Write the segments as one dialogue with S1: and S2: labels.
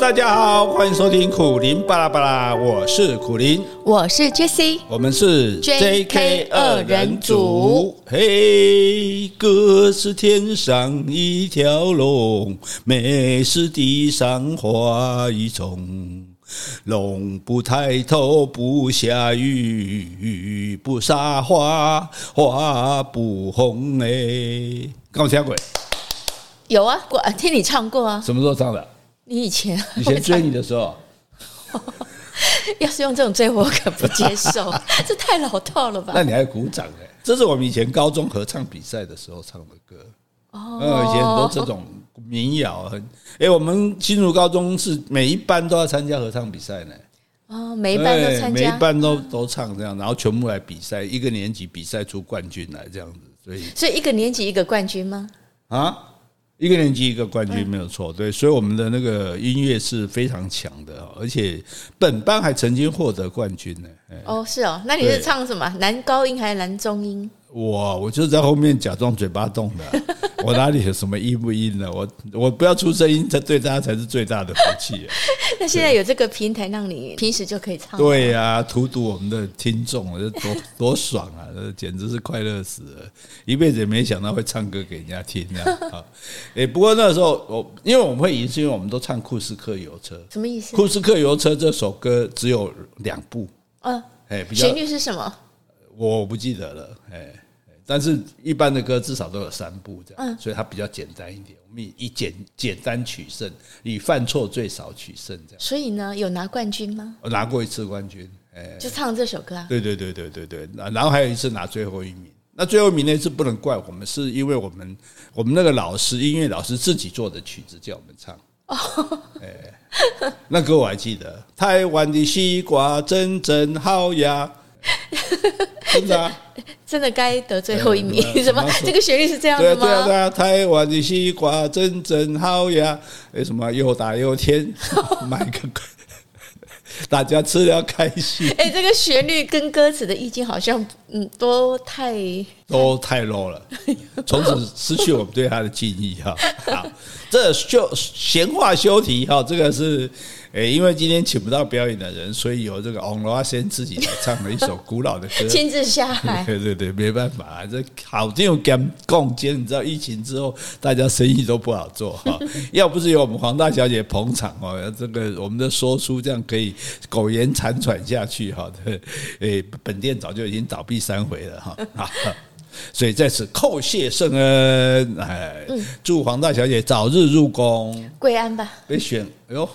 S1: 大家好，欢迎收听苦林巴拉巴拉，我是苦林，
S2: 我是 Jesse，
S1: 我们是
S2: JK 二人组。
S1: 嘿，哥是天上一条龙，妹是地上花一丛。龙不抬头不下雨，雨不撒花，花不红哎。刚我听过，
S2: 有啊，过听你唱过啊。
S1: 什么时候唱的？
S2: 你以前
S1: 以前追你的时候。
S2: 要是用这种追我，我可不接 受，这太老套 了
S1: 那
S2: 吧？
S1: 你还鼓掌哎、这是我们以前高中合唱比赛的时候唱的歌。哦，以前很多这种民谣，很哎、我们新竹高中是每一班都要参加合唱比赛呢，
S2: 哦，每一班都
S1: 哎
S2: 参
S1: 每
S2: 加
S1: 一，班都都唱这样，然后全部来比赛，一个年级比赛出冠军来这样子，所以
S2: 所以一个年级一个冠军吗？
S1: 啊，一个年级一个冠军没有错，对，所以我们的那个音乐是非常强的，而且本班还曾经获得冠军呢、哎
S2: 哦，是哦，那你是
S1: 对
S2: 唱什么？男高音还是男中音？
S1: 我我就是在后面假装嘴巴动的 啊，我哪里有什么硬不硬的？我我不要出声音，这对大家才是最大的福气 啊。
S2: 那现在有这个平台让你平时就可以唱，
S1: 对呀、荼毒我们的听众，这多多爽啊！这简直是快乐死了，一辈子也没想到会唱歌给人家听 啊。啊，哎，不过那时候我因为我们会赢，是因为我们都唱《库斯克邮车》。
S2: 什么意思？
S1: 《库斯克邮车》这首歌只有两部，
S2: 嗯，
S1: 哎，比较
S2: 旋律是什么？
S1: 我不记得了，哎、哎但是一般的歌至少都有三部这样，所以它比较简单一点。我们以以简简单取胜，以犯错最少取胜这样。
S2: 所以呢，有拿冠军吗？
S1: 我拿过一次冠军，哎、
S2: 就唱这首歌啊。
S1: 对对对对对对，那然后还有一次拿最后一名。那最后一名那次不能怪我们，是因为我们我们那个老师音乐老师自己做的曲子叫我们唱。哎，那歌我还记得，台湾的西瓜真真好呀，真的、啊。
S2: 真的该得最后一名
S1: 对？
S2: 什么
S1: 呃我们要？说
S2: 这个旋律是这样
S1: 对
S2: 的
S1: 啊，对啊，对
S2: 吗？
S1: 啊，台湾的西瓜真真好呀！哎，什么又大又 甜，买个贵，大家吃了开心，
S2: 哎，这个旋律跟歌词的意境好像，嗯，都太。
S1: 都太 low 了，从此失去我们对他的敬意哈。好，这就闲话休题哈，这个是哎，因为今天请不到表演的人，所以由这个 On l a 先自己来唱了一首古老的歌
S2: 亲自下 海。
S1: 对对对，没办法、啊，这好这种敢共间，你知道疫情之后大家生意都不好做哈、要不是有我们黄大小姐捧场哦，这个我们的说书这样可以苟延残喘下去哈、 对，诶，本店早就已经倒闭三回了哈、 好所以在此叩谢圣恩，哎，祝黄大小姐早日入宫。
S2: 跪安吧，
S1: 被选，哎呦，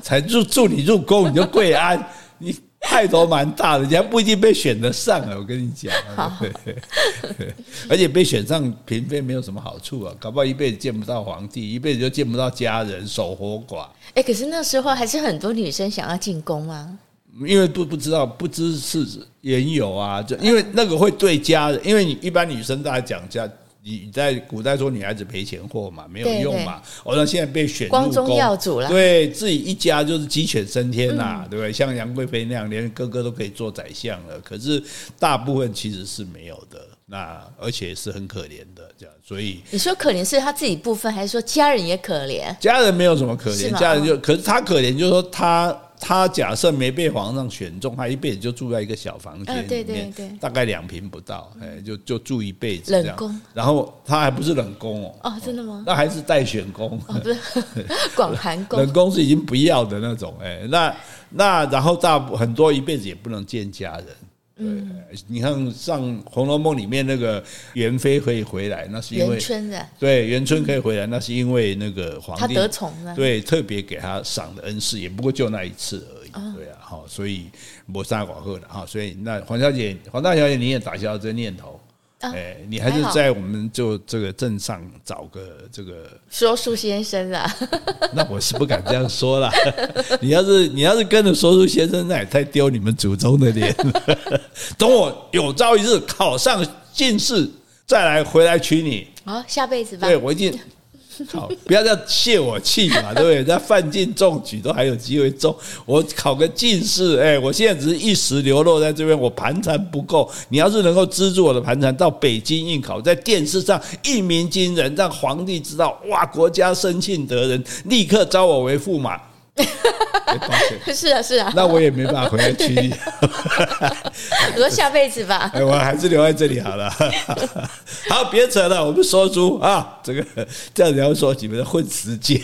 S1: 才入助你入宫你就跪安，你派头蛮大的，人家不一定被选得上啊！我跟你讲，而且被选上嫔妃没有什么好处啊，搞不好一辈子见不到皇帝，一辈子就见不到家人，守活寡，
S2: 哎、可是那时候还是很多女生想要进宫啊。
S1: 因为不不知道不知是缘由啊，就因为那个会对家人，因为你一般女生大家讲家。你在古代说女孩子赔钱货嘛，没有
S2: 对
S1: 用
S2: 对
S1: 嘛。哦，那现在被选入
S2: 光宗
S1: 宫
S2: 耀祖啦嗯
S1: 对自己一家就是鸡犬升天啦、对不对？像杨贵妃那样，连哥哥都可以做宰相了。可是大部分其实是没有的，那而且是很可怜的这样。所以
S2: 你说可怜是她自己部分，还是说家人也 可怜？
S1: 家人没有什么可
S2: 是
S1: 怜，
S2: 吗嗯
S1: 家人就可是他可怜，就是说他他假设没被皇上选中，他一辈子就住在一个小房间里面，
S2: 嗯对对对嗯
S1: 大概两平不到，哎，就就住一辈子
S2: 冷
S1: 这样
S2: 宫，
S1: 然后他还不是冷宫哦，
S2: 哦，真的吗？
S1: 那还是待选宫，
S2: 哦，不是，广寒 宫
S1: 冷宫是已经不要的那种，哎，那那然后大部很多一辈子也不能见家人。嗯，你看像《红楼梦》里面那个元妃可以回来，那是因为
S2: 元春啊的，
S1: 对元春可以回来，那是因为那个皇
S2: 她
S1: 帝
S2: 得宠了。
S1: 对，特别给他赏的恩赐，也不过就那一次而
S2: 哦
S1: 已，对啊，好，所以抹杀寡后了哈，所以那黄小姐，黄大小姐，你也打消了这念头，哎、
S2: 啊
S1: 你还是
S2: 还好
S1: 在我们就这个镇上找个这个，
S2: 说书先生啊啦，
S1: 那我是不敢这样说啦。 你要是你要是跟着说书先生，那也太丢你们祖宗的脸了。 等我有朝一日考上进士，再来回来娶你。
S2: 哦，下辈子吧
S1: 对，。我一定。好，不要这样泄我气嘛，对不 对？人家范进中举都还有机会中，我考个进士，哎，我现在只是一时流落在这边，我盘缠不够。你要是能够资助我的盘缠，到北京应考，在电视上一鸣惊人，让皇帝知道，哇，国家生庆得人，立刻招我为驸马。哎抱歉，
S2: 是啊，是啊，
S1: 那我也没办法回来娶你，
S2: 我说下辈子吧。
S1: 哎，我还是留在这里好了。 好，别扯了，我们说书啊，这个这样子要说你们在混时间，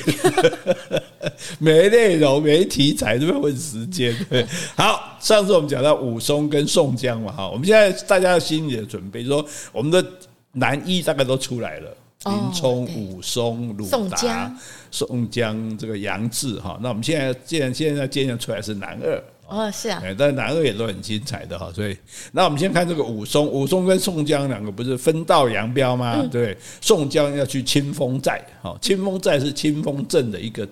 S1: 没内容、没题材，这边混时间。 对好，上次我们讲到武松跟宋江嘛，哈，我们现在大家心里的准备说，我们的男一大概都出来了。
S2: 哦
S1: 林冲、
S2: 对
S1: 武松、鲁
S2: 宋
S1: 达
S2: 江、
S1: 宋江、这个杨志哈，那我们现在既然现在鉴定出来是男二，
S2: 哦，是啊，
S1: 哎，但男二也都很精彩的哈，所以那我们先看这个武松，武松跟宋江两个不是分道扬镳吗？
S2: 嗯
S1: 对，宋江要去清风寨，好，清风寨是清风镇的一个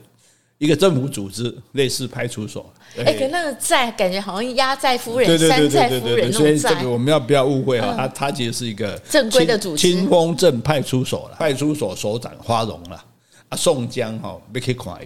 S1: 一个政府组织，类似派出所。
S2: 哎，可那个寨感觉好像压寨夫人
S1: 对、对
S2: 山
S1: 对
S2: 寨
S1: 对
S2: 夫
S1: 对对对，
S2: 人那
S1: 所以
S2: 种
S1: 这
S2: 寨嗯
S1: 个，我们要不要误会哈？他他其实是一个
S2: 正规的组织
S1: 清清风镇派出所了，派出所所长花荣了。啊，宋江哈被可以垮了，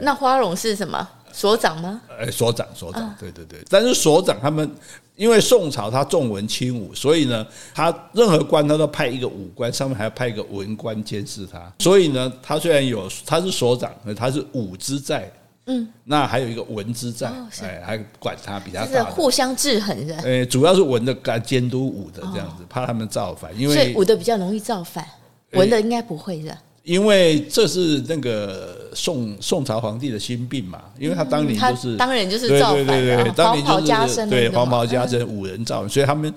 S2: 那花荣是什么所长吗？
S1: 呃，所长，所
S2: 嗯
S1: 长，对对对。但是所长他们，因为宋朝他重文轻武，所以呢，他任何官他都派一个武官，上面还要派一个文官监视他。所以呢，他虽然有他是所长，他是武之在，嗯，那还有一个文之在，
S2: 哦是
S1: 哎，还管他比他
S2: 就是
S1: 大的。
S2: 互相制衡的，
S1: 呃，主要是文的干监督武的这样子，怕他们造反，因
S2: 哦所以
S1: 为
S2: 武的比较容易造反，
S1: 哎
S2: 文的应该不会的。
S1: 因为这是那个宋宋朝皇帝的心病嘛，因为他当年
S2: 嗯他
S1: 就是
S2: 当然就是
S1: 对
S2: 造
S1: 对
S2: 反
S1: 对
S2: 了
S1: 对，当年
S2: 黄袍加
S1: 就
S2: 身
S1: 是
S2: 的那嗯
S1: 对
S2: 种
S1: 黄袍加身五人造反，所以他们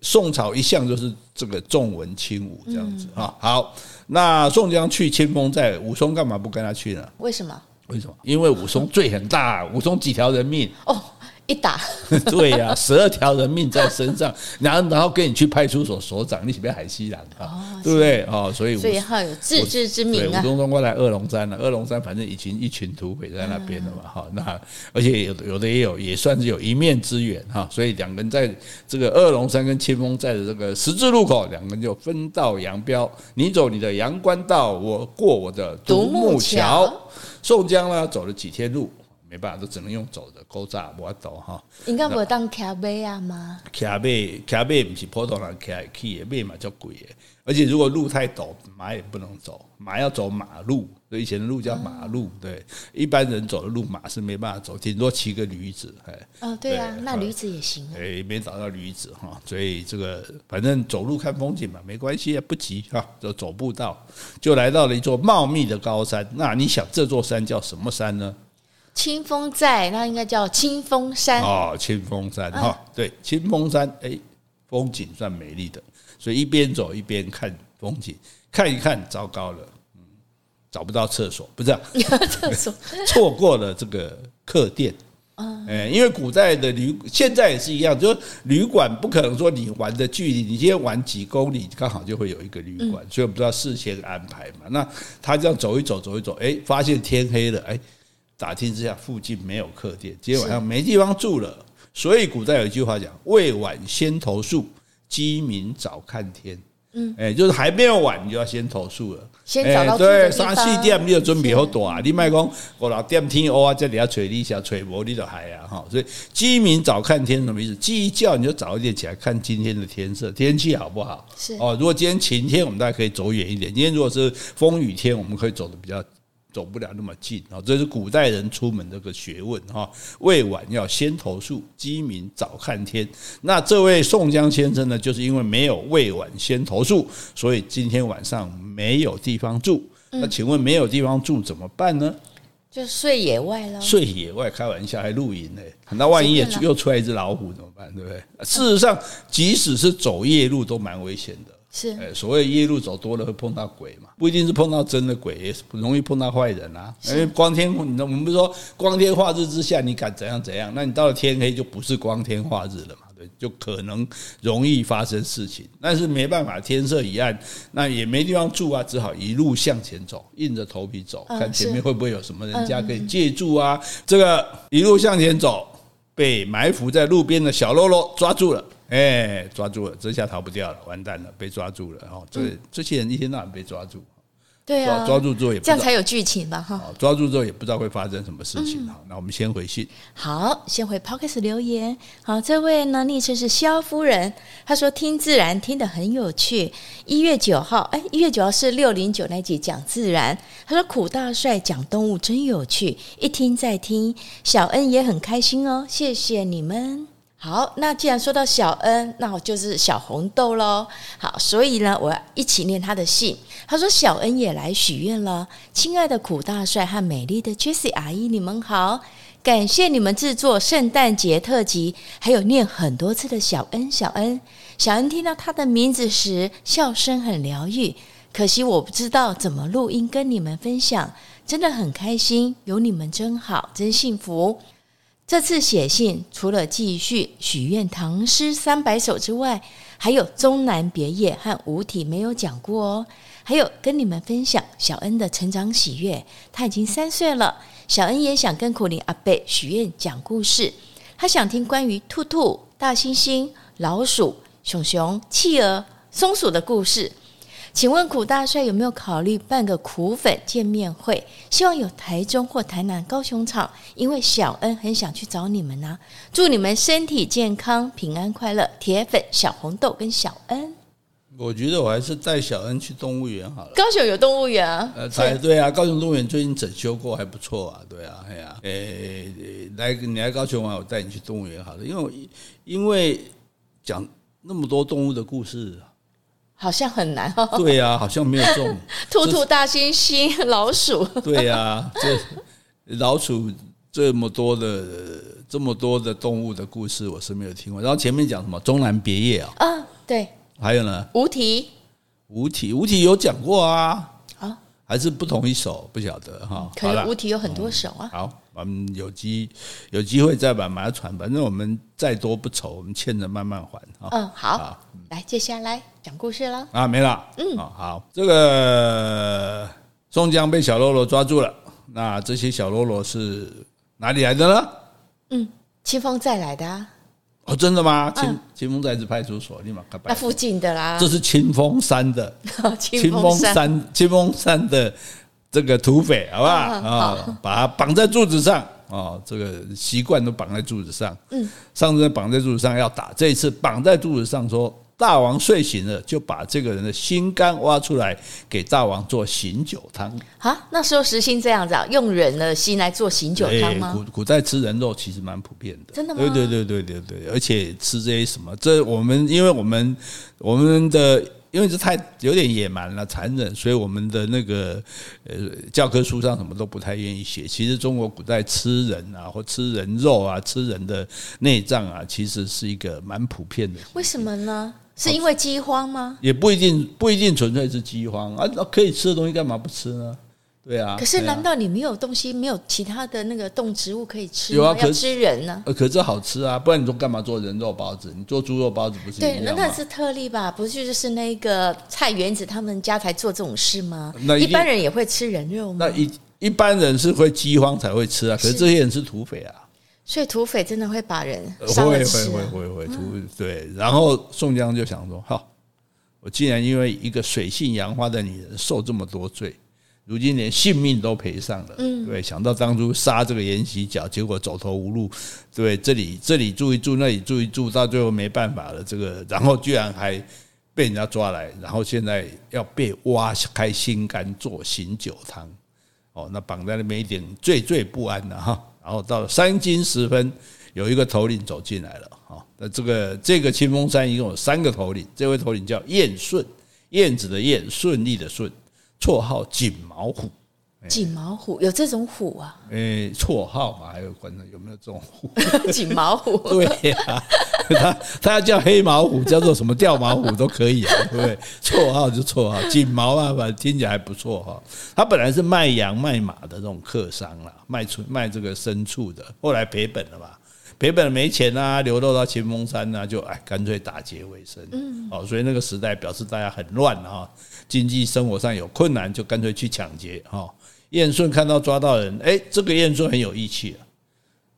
S1: 宋朝一向就是这个重文轻武这样子
S2: 嗯
S1: 啊。好，那宋江去清风寨，武松干嘛不跟他去呢？
S2: 为什么？
S1: 为什么？因为武松罪很大，啊武松几条人命，
S2: 哦，一打
S1: 对呀、十二条人命在身上，然后然后跟你去派出所所长，你岂不是海西人啊？对不对？哦，所以武
S2: 所以要有自知之明
S1: 对，
S2: 啊
S1: 吴。中东过来二龙山了，啊二龙山反正已经一群土匪在那边了嘛，哈、那而且有的有的也有也算是有一面之缘哈，所以两个人在这个二龙山跟清风寨的这个十字路口，两个人就分道扬镳，你走你的阳关道，我过我的独木
S2: 独木
S1: 桥
S2: 桥。
S1: 宋江呢走了几天路，没办法，都只能用走的勾扎我走哈。
S2: 应该不会当卡贝亚吗？
S1: 骑马，骑马不是普通人骑去的，马嘛较贵的。而且如果路太陡，马也不能走，马要走马路。所以以前的路叫马路，对，一般人走的路马是没办法走，顶多骑个驴子，哎，
S2: 哦，对啊，
S1: 对
S2: 那驴子也行啊。
S1: 哎，没找到驴子哈，所以这个反正走路看风景嘛，没关系啊，不急哈，就走步道，就来到了一座茂密的高山。那你想这座山叫什么山呢？
S2: 清风寨那应该叫清风山，
S1: 哦，清风山哈、对，清风山，哎，风景算美丽的，所以一边走一边看风景，看一看，糟糕了，嗯，找不到厕所，不是、啊，
S2: 厕所
S1: 错过了这个客店。
S2: 嗯
S1: 哎，因为古代的旅，现在也是一样，就是旅馆不可能说你玩的距离，你今天玩几公里，刚好就会有一个旅馆，
S2: 嗯
S1: 所以我们都要事先安排嘛。那他这样走一走，走一走，哎，发现天黑了，哎，打听之下附近没有客店，今天晚上没地方住了，所以古代有一句话讲“未晚先投宿，鸡鸣早看天”。嗯，哎，就是还没有晚，你就要先投宿了。
S2: 先找到
S1: 哎
S2: 住的
S1: 对，
S2: 地方
S1: 三四点你就准备好住啊，你卖讲我六点天黑啊，这里要找你一下，找无你就害啊哈。所以鸡鸣早看天是什么意思？鸡一叫你就早一点起来看今天的天色，天气好不好？
S2: 是
S1: 哦，如果今天晴天，我们大家可以走远一点；今天如果是风雨天，我们可以走的比较走不了那么近啊。这是古代人出门这个学问哈。未晚要先投宿，鸡鸣早看天。那这位宋江先生呢，就是因为没有未晚先投宿，所以今天晚上没有地方住。那请问没有地方住怎么办呢？
S2: 就睡野外喽。
S1: 睡野外开玩笑还露营呢、那万一也
S2: 真的啦
S1: 又出来一只老虎怎么办？对不对？事实上，即使是走夜路都蛮危险的。
S2: 是
S1: 哎，所谓夜路走多了会碰到鬼嘛，不一定是碰到真的鬼，也是容易碰到坏人啊。因为光天，你知道我们不是说光天化日之下你敢怎样怎样，那你到了天黑就不是光天化日了嘛，对，就可能容易发生事情。但是没办法，天色已暗，那也没地方住啊，只好一路向前走，硬着头皮走，
S2: 嗯
S1: 看前
S2: 是
S1: 面会不会有什么人家可以借住啊。这个一路向前走，被埋伏在路边的小喽啰抓住了，哎，抓住了，这下逃不掉了，完蛋了，被抓住了哦！这、这些人一天到晚被抓住，
S2: 嗯对啊
S1: 抓抓住之后也不知
S2: 这
S1: 道
S2: 样才有嗯剧情嘛哈。
S1: 好抓住之后也不知道会发生什么事情。好，那我们先回信。
S2: 好，先回 p o c k e t 留言。好，这位呢昵称是肖夫人，她说听自然听得很有趣。一月九号，哎，一月九号是六零九那集讲自然，她说苦大帅讲动物真有趣，一听再听，小恩也很开心哦，谢谢你们。好，那既然说到小恩，那我就是小红豆喽。好，所以呢，我要一起念他的信。他说：“小恩也来许愿了，亲爱的苦大帅和美丽的 Jessie 阿姨，你们好，感谢你们制作圣诞节特辑，还有念很多次的小恩，小恩，小恩听到他的名字时，笑声很疗愈。可惜我不知道怎么录音跟你们分享，真的很开心，有你们真好，真幸福。”这次写信除了继续许愿唐诗三百首之外，还有《终南别业》和《五体》没有讲过哦，还有跟你们分享小恩的成长喜悦。他已经三岁了，小恩也想跟苦林阿贝许愿讲故事，他想听关于兔兔、大猩猩、老鼠、熊熊、企鹅、松鼠的故事。请问苦大帅有没有考虑办个苦粉见面会？希望有台中或台南、高雄场，因为小恩很想去找你们呐、啊祝你们身体健康、平安快乐，铁粉小红豆跟小恩。
S1: 我觉得我还是带小恩去动物园好了。
S2: 高雄有动物园啊？
S1: 呃，才对啊！高雄动物园最近整修过，还不错啊。对啊，哎呀、诶、来你来高雄玩，我带你去动物园好了。因为我因为讲那么多动物的故 事，
S2: 好像很难 哦。
S1: 对啊，好像没有中。
S2: 兔兔、大猩猩、老鼠，
S1: 对呀、这老鼠这么多的这么多的动物的故事，我是没有听过。然后前面讲什么中南别业啊，
S2: 啊，对，
S1: 还有呢
S2: 无题
S1: 五体，五体有讲过啊，
S2: 啊，
S1: 还是不同一首，不晓得哈。
S2: 可
S1: 好了
S2: 能无。题有很多首啊。
S1: 好，我们有机有机会再把马传，反正我们再多不愁，我们欠着慢慢还啊。
S2: 嗯，好
S1: 好，
S2: 来，接下来讲故事了。
S1: 啊，没了。嗯，好，这个宋江被小喽啰抓住了。那这些小喽啰是哪里来的呢？
S2: 清风再来的啊，
S1: 哦，真的吗？清清风寨子派出所立马开
S2: 嗯那
S1: 摆，
S2: 附近啊的啦
S1: 这。是清风山的
S2: 清
S1: 风
S2: 风山。
S1: 山清风山的这个土匪，好不好？
S2: 嗯
S1: 啊、把他绑在柱子上。哦，这个习惯都绑在柱子上。嗯，上次绑在柱子上要打，这一次绑在柱子上说，大王睡醒了，就把这个人的心肝挖出来，给大王做醒酒汤。
S2: 啊，那时候时兴这样子啊，用人的心来做醒酒汤
S1: 哎
S2: 吗？
S1: 古古代吃人肉其实蛮普遍的，
S2: 真的吗
S1: 对对对对对对，而且吃这些什么，这我们因为我们我们的。因为这太有点野蛮了、残忍，所以我们的那个呃教科书上什么都不太愿意写。其实中国古代吃人啊，或吃人肉啊、吃人的内脏啊，其实是一个蛮普遍的。
S2: 为什么呢？是因为饥荒吗？
S1: 也不一定不一定纯粹是饥荒啊，那可以吃的东西干嘛不吃呢？对啊。
S2: 可是
S1: 对啊
S2: 难道你没有东西，没有其他的那个动植物可以吃
S1: 有啊
S2: 吗？
S1: 可
S2: 要
S1: 是
S2: 吃人呢？
S1: 呃，可是好吃啊，不然你说干嘛做人肉包子？你做猪肉包子不是一
S2: 对，那
S1: 样
S2: 那
S1: 吗？
S2: 是特例吧？不是就是那个蔡元子他们家才做这种事吗？
S1: 那一
S2: 一
S1: 定
S2: 般人也会吃人肉吗
S1: 那？一一般人是会饥荒才会吃啊，可是
S2: 是
S1: 这些人是土匪啊，
S2: 所以土匪真的会把人
S1: 呃
S2: 杀
S1: 会
S2: 了
S1: 会
S2: 吃
S1: 会
S2: 啊。
S1: 会会土对。然后宋江就想说，好，我竟然因为一个水性杨花的女人受这么多罪，如今连性命都赔上了。对，想到当初杀这个延禧脚，结果走投无路，对，这里这里住一住，那里住一住，到最后没办法了，这个然后居然还。被人家抓来，然后现在要被挖开心肝做醒酒汤，哦，那绑在那边一点惴惴不安的、哈。然后到了三更时分，有一个头领走进来了哈。那这个这个清风山一共有三个头领，这位头领叫燕顺，燕子的燕，顺利的顺，绰号锦毛虎。
S2: 锦毛虎有这种虎啊，
S1: 诶，绰号嘛，还有管他有没有这种虎？
S2: 锦毛虎。
S1: 对呀、他他要叫黑毛虎，叫做什么掉毛虎都可以啊，对不对？绰号就绰号，锦毛啊，反正听起来还不错哈、他本来是卖羊卖马的这种客商啦，卖出卖这个牲畜的，后来赔本了吧？赔本了没钱啊，流落到清风山啊，就哎干脆打劫为生。嗯，哦，所以那个时代表示大家很乱啊，经济生活上有困难，就干脆去抢劫哈、燕顺看到抓到人，哎，这个燕顺很有义气啊。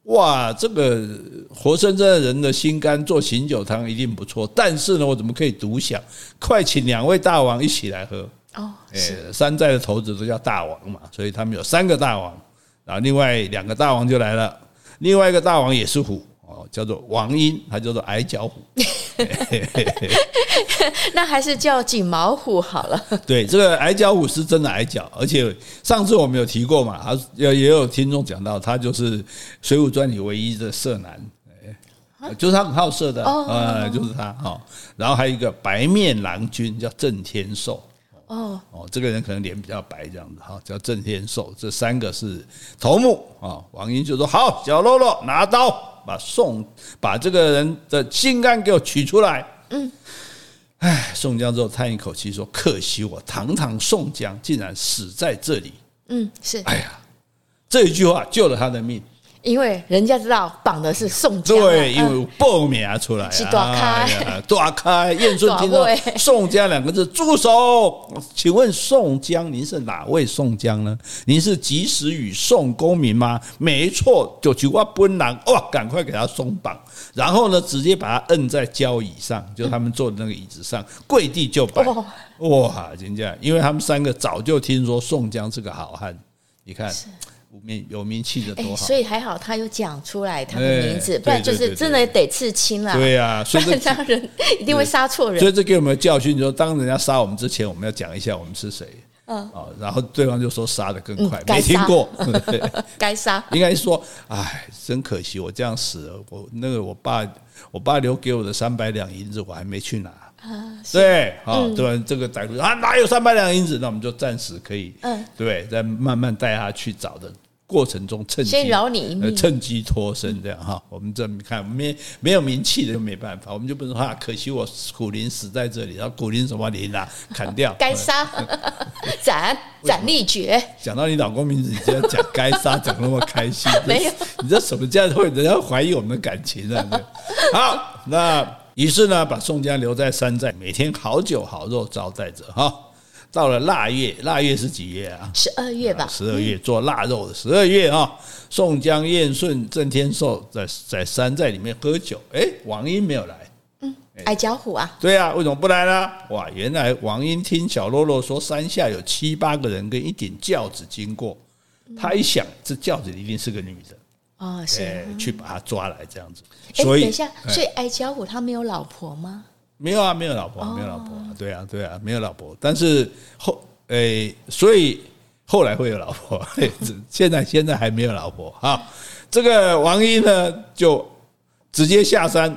S1: 哇，这个活生生的人的心肝做醒酒汤一定不错，但是呢，我怎么可以独享？快请两位大王一起来喝。
S2: 哦，是
S1: 呃，山寨的头子都叫大王嘛，所以他们有三个大王，然后另外两个大王就来了，另外一个大王也是虎哦，叫做王英，他叫做矮脚虎。
S2: 那还是叫锦毛虎好了。
S1: 对，这个矮脚虎是真的矮脚，而且上次我们有提过嘛，他也也有听众讲到，他就是《水浒传》里唯一的色男。哎就是他很好色的，
S2: 哦
S1: 呃，就是他哈、哦，然后还有一个白面郎君叫郑天寿，
S2: 哦，
S1: 哦，这个人可能脸比较白这样子哈，叫郑天寿，这三个是头目啊。王英就说：“好，小喽啰，拿刀把宋把这个人的心肝给我取出来。”嗯，哎，宋江之后叹一口气说：“可惜我堂堂宋江竟然死在这里。
S2: 嗯，是”
S1: 哎呀，这一句话救了他的命。
S2: 因为人家知道绑的是宋江啊，
S1: 对，因
S2: 嗯
S1: 为我报名啊出来啊，
S2: 是大咖
S1: 哎呀，大开燕顺听
S2: 大
S1: 到
S2: 位
S1: “宋江”两个字，住手！请问宋江，您是哪位宋江呢？您是及时雨宋公明吗？没错，就去挖奔狼，哇，哦赶快给他松绑，然后呢，直接把他摁在交椅上，就他们坐的那个椅子上，跪地就拜。
S2: 哇
S1: 哇，人家，因为他们三个早就听说宋江是个好汉，你看。有名有名气的
S2: 哎、
S1: 多好
S2: 所，以还好他有讲出来他
S1: 哎
S2: 的名字，
S1: 对
S2: 不然就
S1: 对
S2: 是
S1: 对
S2: 真的得刺青啦。
S1: 对呀、所以
S2: 不
S1: 这
S2: 然这样人一定会杀错
S1: 所
S2: 人。
S1: 以这给我们的教训，就是当人家杀我们之前，我们要讲一下我们是谁。嗯，哦，然后对方就说杀的更快，
S2: 嗯该
S1: 没听
S2: 杀
S1: 过， 对
S2: 该杀
S1: 应该说，哎，真可惜，我这样死了，我那个我爸，我爸留给我的三百两银子，我还没去拿。
S2: 啊，是
S1: 对，啊、对吧？这个歹徒啊，哪有三百两银子？那我们就暂时可以，
S2: 嗯，
S1: 对，再慢慢带他去找的过程中，趁机
S2: 先饶你一
S1: 呃
S2: 命。
S1: 趁机脱身这样哈。我们这么看没没有名气的就没办法，我们就不能说啊，可惜我苦林死在这里，然后苦林什么林啊，砍掉。
S2: 该杀，斩斩立决，
S1: 讲到你老公名字，你这样讲该杀，讲那么开 心，
S2: 没有
S1: 你这什么这样会人家怀疑我们的感情啊？ 这好，那于是呢，把宋江留在山寨，每天好酒好肉招待着哈。到了腊月，腊月是几月啊？
S2: 十二月吧，
S1: 十二月做腊肉的十二月啊、宋江、燕顺、郑天寿在在山寨里面喝酒，哎，王英没有来。哎
S2: 矮脚虎啊，
S1: 对啊，为什么不来呢？哇，原来王英听小喽啰说山下有七八个人跟一顶轿子经过，
S2: 嗯
S1: 他一想这轿子里一定是个女的，
S2: 哦是。
S1: 哎，去把她抓来这样子。
S2: 哎，
S1: 所
S2: 等
S1: 以
S2: 一下，
S1: 哎
S2: 所以矮脚虎他没有老婆吗？
S1: 没有啊，没有老婆，
S2: 哦
S1: 没有老婆啊，对啊，对啊，没有老婆。但是后，诶、所以后来会有老婆， 嘿这现在现在还没有老婆啊。这个王一呢，就直接下山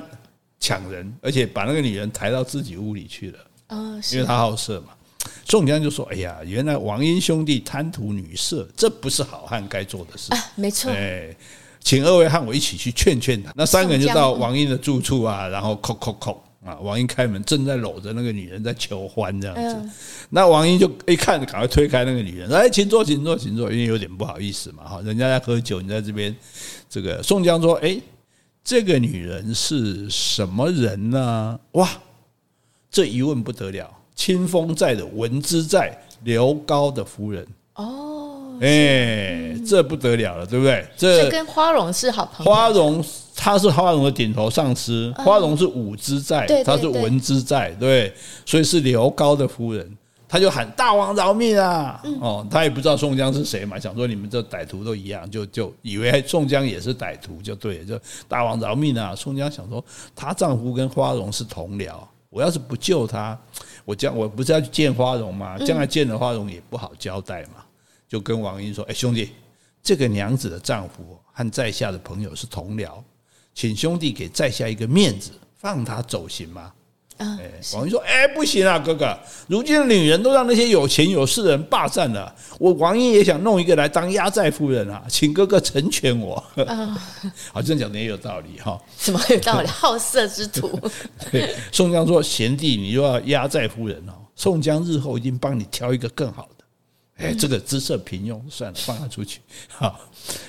S1: 抢人，而且把那个女人抬到自己屋里去了，
S2: 哦，
S1: 因为
S2: 是
S1: 他好色嘛。宋江就说：“哎呀，原来王英兄弟贪图女色，这不是好汉该做的事。
S2: 啊，没错，
S1: 哎，请二位和我一起去劝劝他。那三个人就到王英的住处啊，然后叩叩叩啊，王英开门，正在搂着那个女人在求欢这样子。
S2: 嗯
S1: 那王英就一看，赶快推开那个女人，哎，请坐，请坐，请坐，因为有点不好意思嘛，哈，人家在喝酒，你在这边，这个宋江说，哎，这个女人是什么人呢？哇，这一问不得了，清风寨的文之寨刘高的夫人。
S2: 哦，
S1: 哎、这不得了了，对不对？
S2: 所以
S1: 这
S2: 跟花荣是好朋友，
S1: 花荣他是花荣的顶头上司，花荣是武之在
S2: 对对，
S1: 他是文之在，对，所以是刘高的夫人。他就喊大王饶命啊！
S2: 嗯
S1: 哦，他也不知道宋江是谁嘛，想说你们这歹徒都一样，就就以为宋江也是歹徒，就对了，就大王饶命啊！宋江想说，她丈夫跟花荣是同僚，我要是不救她，我将我不是要去见花荣吗？
S2: 嗯
S1: 将来见了花荣也不好交代嘛，就跟王英说：“哎，兄弟，这个娘子的丈夫和在下的朋友是同僚，请兄弟给在下一个面子，放他走行吗？
S2: 嗯，
S1: 哎王英说：“哎，不行啊，哥哥，如今的女人都让那些有钱有势的人霸占了，我王英也想弄一个来当压寨夫人啊，请哥哥成全我。
S2: 啊，
S1: 好，这样讲的也有道理哈、
S2: 什么有道理？好色之徒，
S1: 对，宋江说：“贤弟，你又要压寨夫人哦。宋江日后一定帮你挑一个更好的。”哎，
S2: 嗯
S1: 这个姿色平庸，算了，放他出去。 好，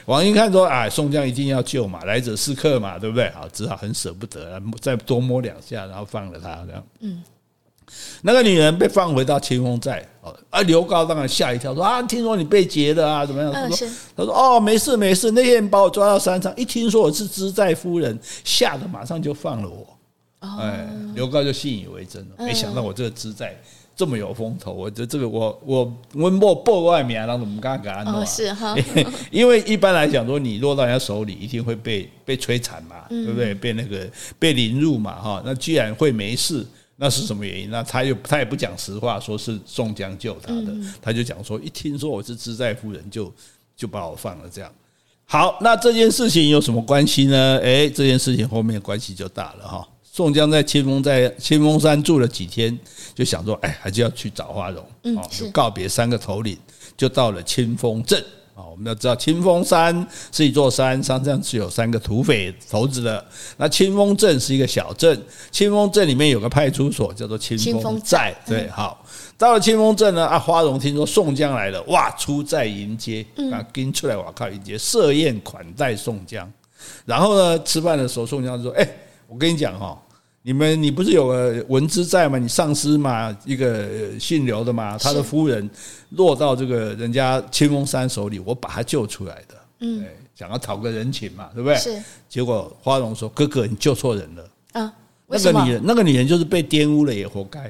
S1: 王英看说：“哎，宋江一定要救嘛，来者是客嘛，对不对？”好，只好很舍不得，再多摸两下，然后放了他。这样，嗯，那个女人被放回到清风寨。哦，啊，刘高当然吓一跳，说：“啊，听说你被劫了啊，怎么样？”
S2: 嗯
S1: 他说
S2: 是：“
S1: 他说哦，没事没事，那些人把我抓到山上，一听说我是知寨夫人，吓得马上就放了我。”
S2: 哦嗯
S1: 哎，刘高就信以为真了，没想到我这个知在这么有风头，我这这个我我我莫报外面，然后我们刚刚给他弄
S2: 哦，
S1: 啊
S2: 是哈，
S1: 因为一般来讲说，你落到人家手里，一定会被被摧残嘛，
S2: 嗯
S1: 对不对？被那个被凌辱嘛，哈。那既然会没事，那是什么原因？那他又他也不讲实话，说是宋江救他的，
S2: 嗯
S1: 他就讲说，一听说我是知寨夫人，就就把我放了这样。好，那这件事情有什么关系呢？哎，这件事情后面关系就大了哈。宋江在清风在清风山住了几天，就想说，哎，还是要去找花荣，
S2: 嗯
S1: 哦，
S2: 是
S1: 就告别三个头领，就到了清风镇。啊，我们要知道清风山是一座山，山上是有三个土匪头子的。那清风镇是一个小镇，清风镇里面有个派出所叫做清
S2: 清风
S1: 风寨。对，好，到了清风镇呢，啊，花荣听说宋江来了，哇，出寨迎接，啊，跟出来我靠迎接，设宴款待宋江。然后呢，吃饭的时候，宋江就说：“哎、我跟你讲哈、哦，你们你不是有个文之在吗？你上司嘛，一个呃姓刘的嘛，他的夫人落到这个人家清风山手里，我把他救出来的。嗯，想要讨个人情嘛， 对不对？
S2: 是
S1: 结果花荣说：“哥哥，你救错人了。
S2: 啊，
S1: 那
S2: 为什
S1: 个
S2: 么
S1: 女人，那个女人就是被玷污了，也活该。”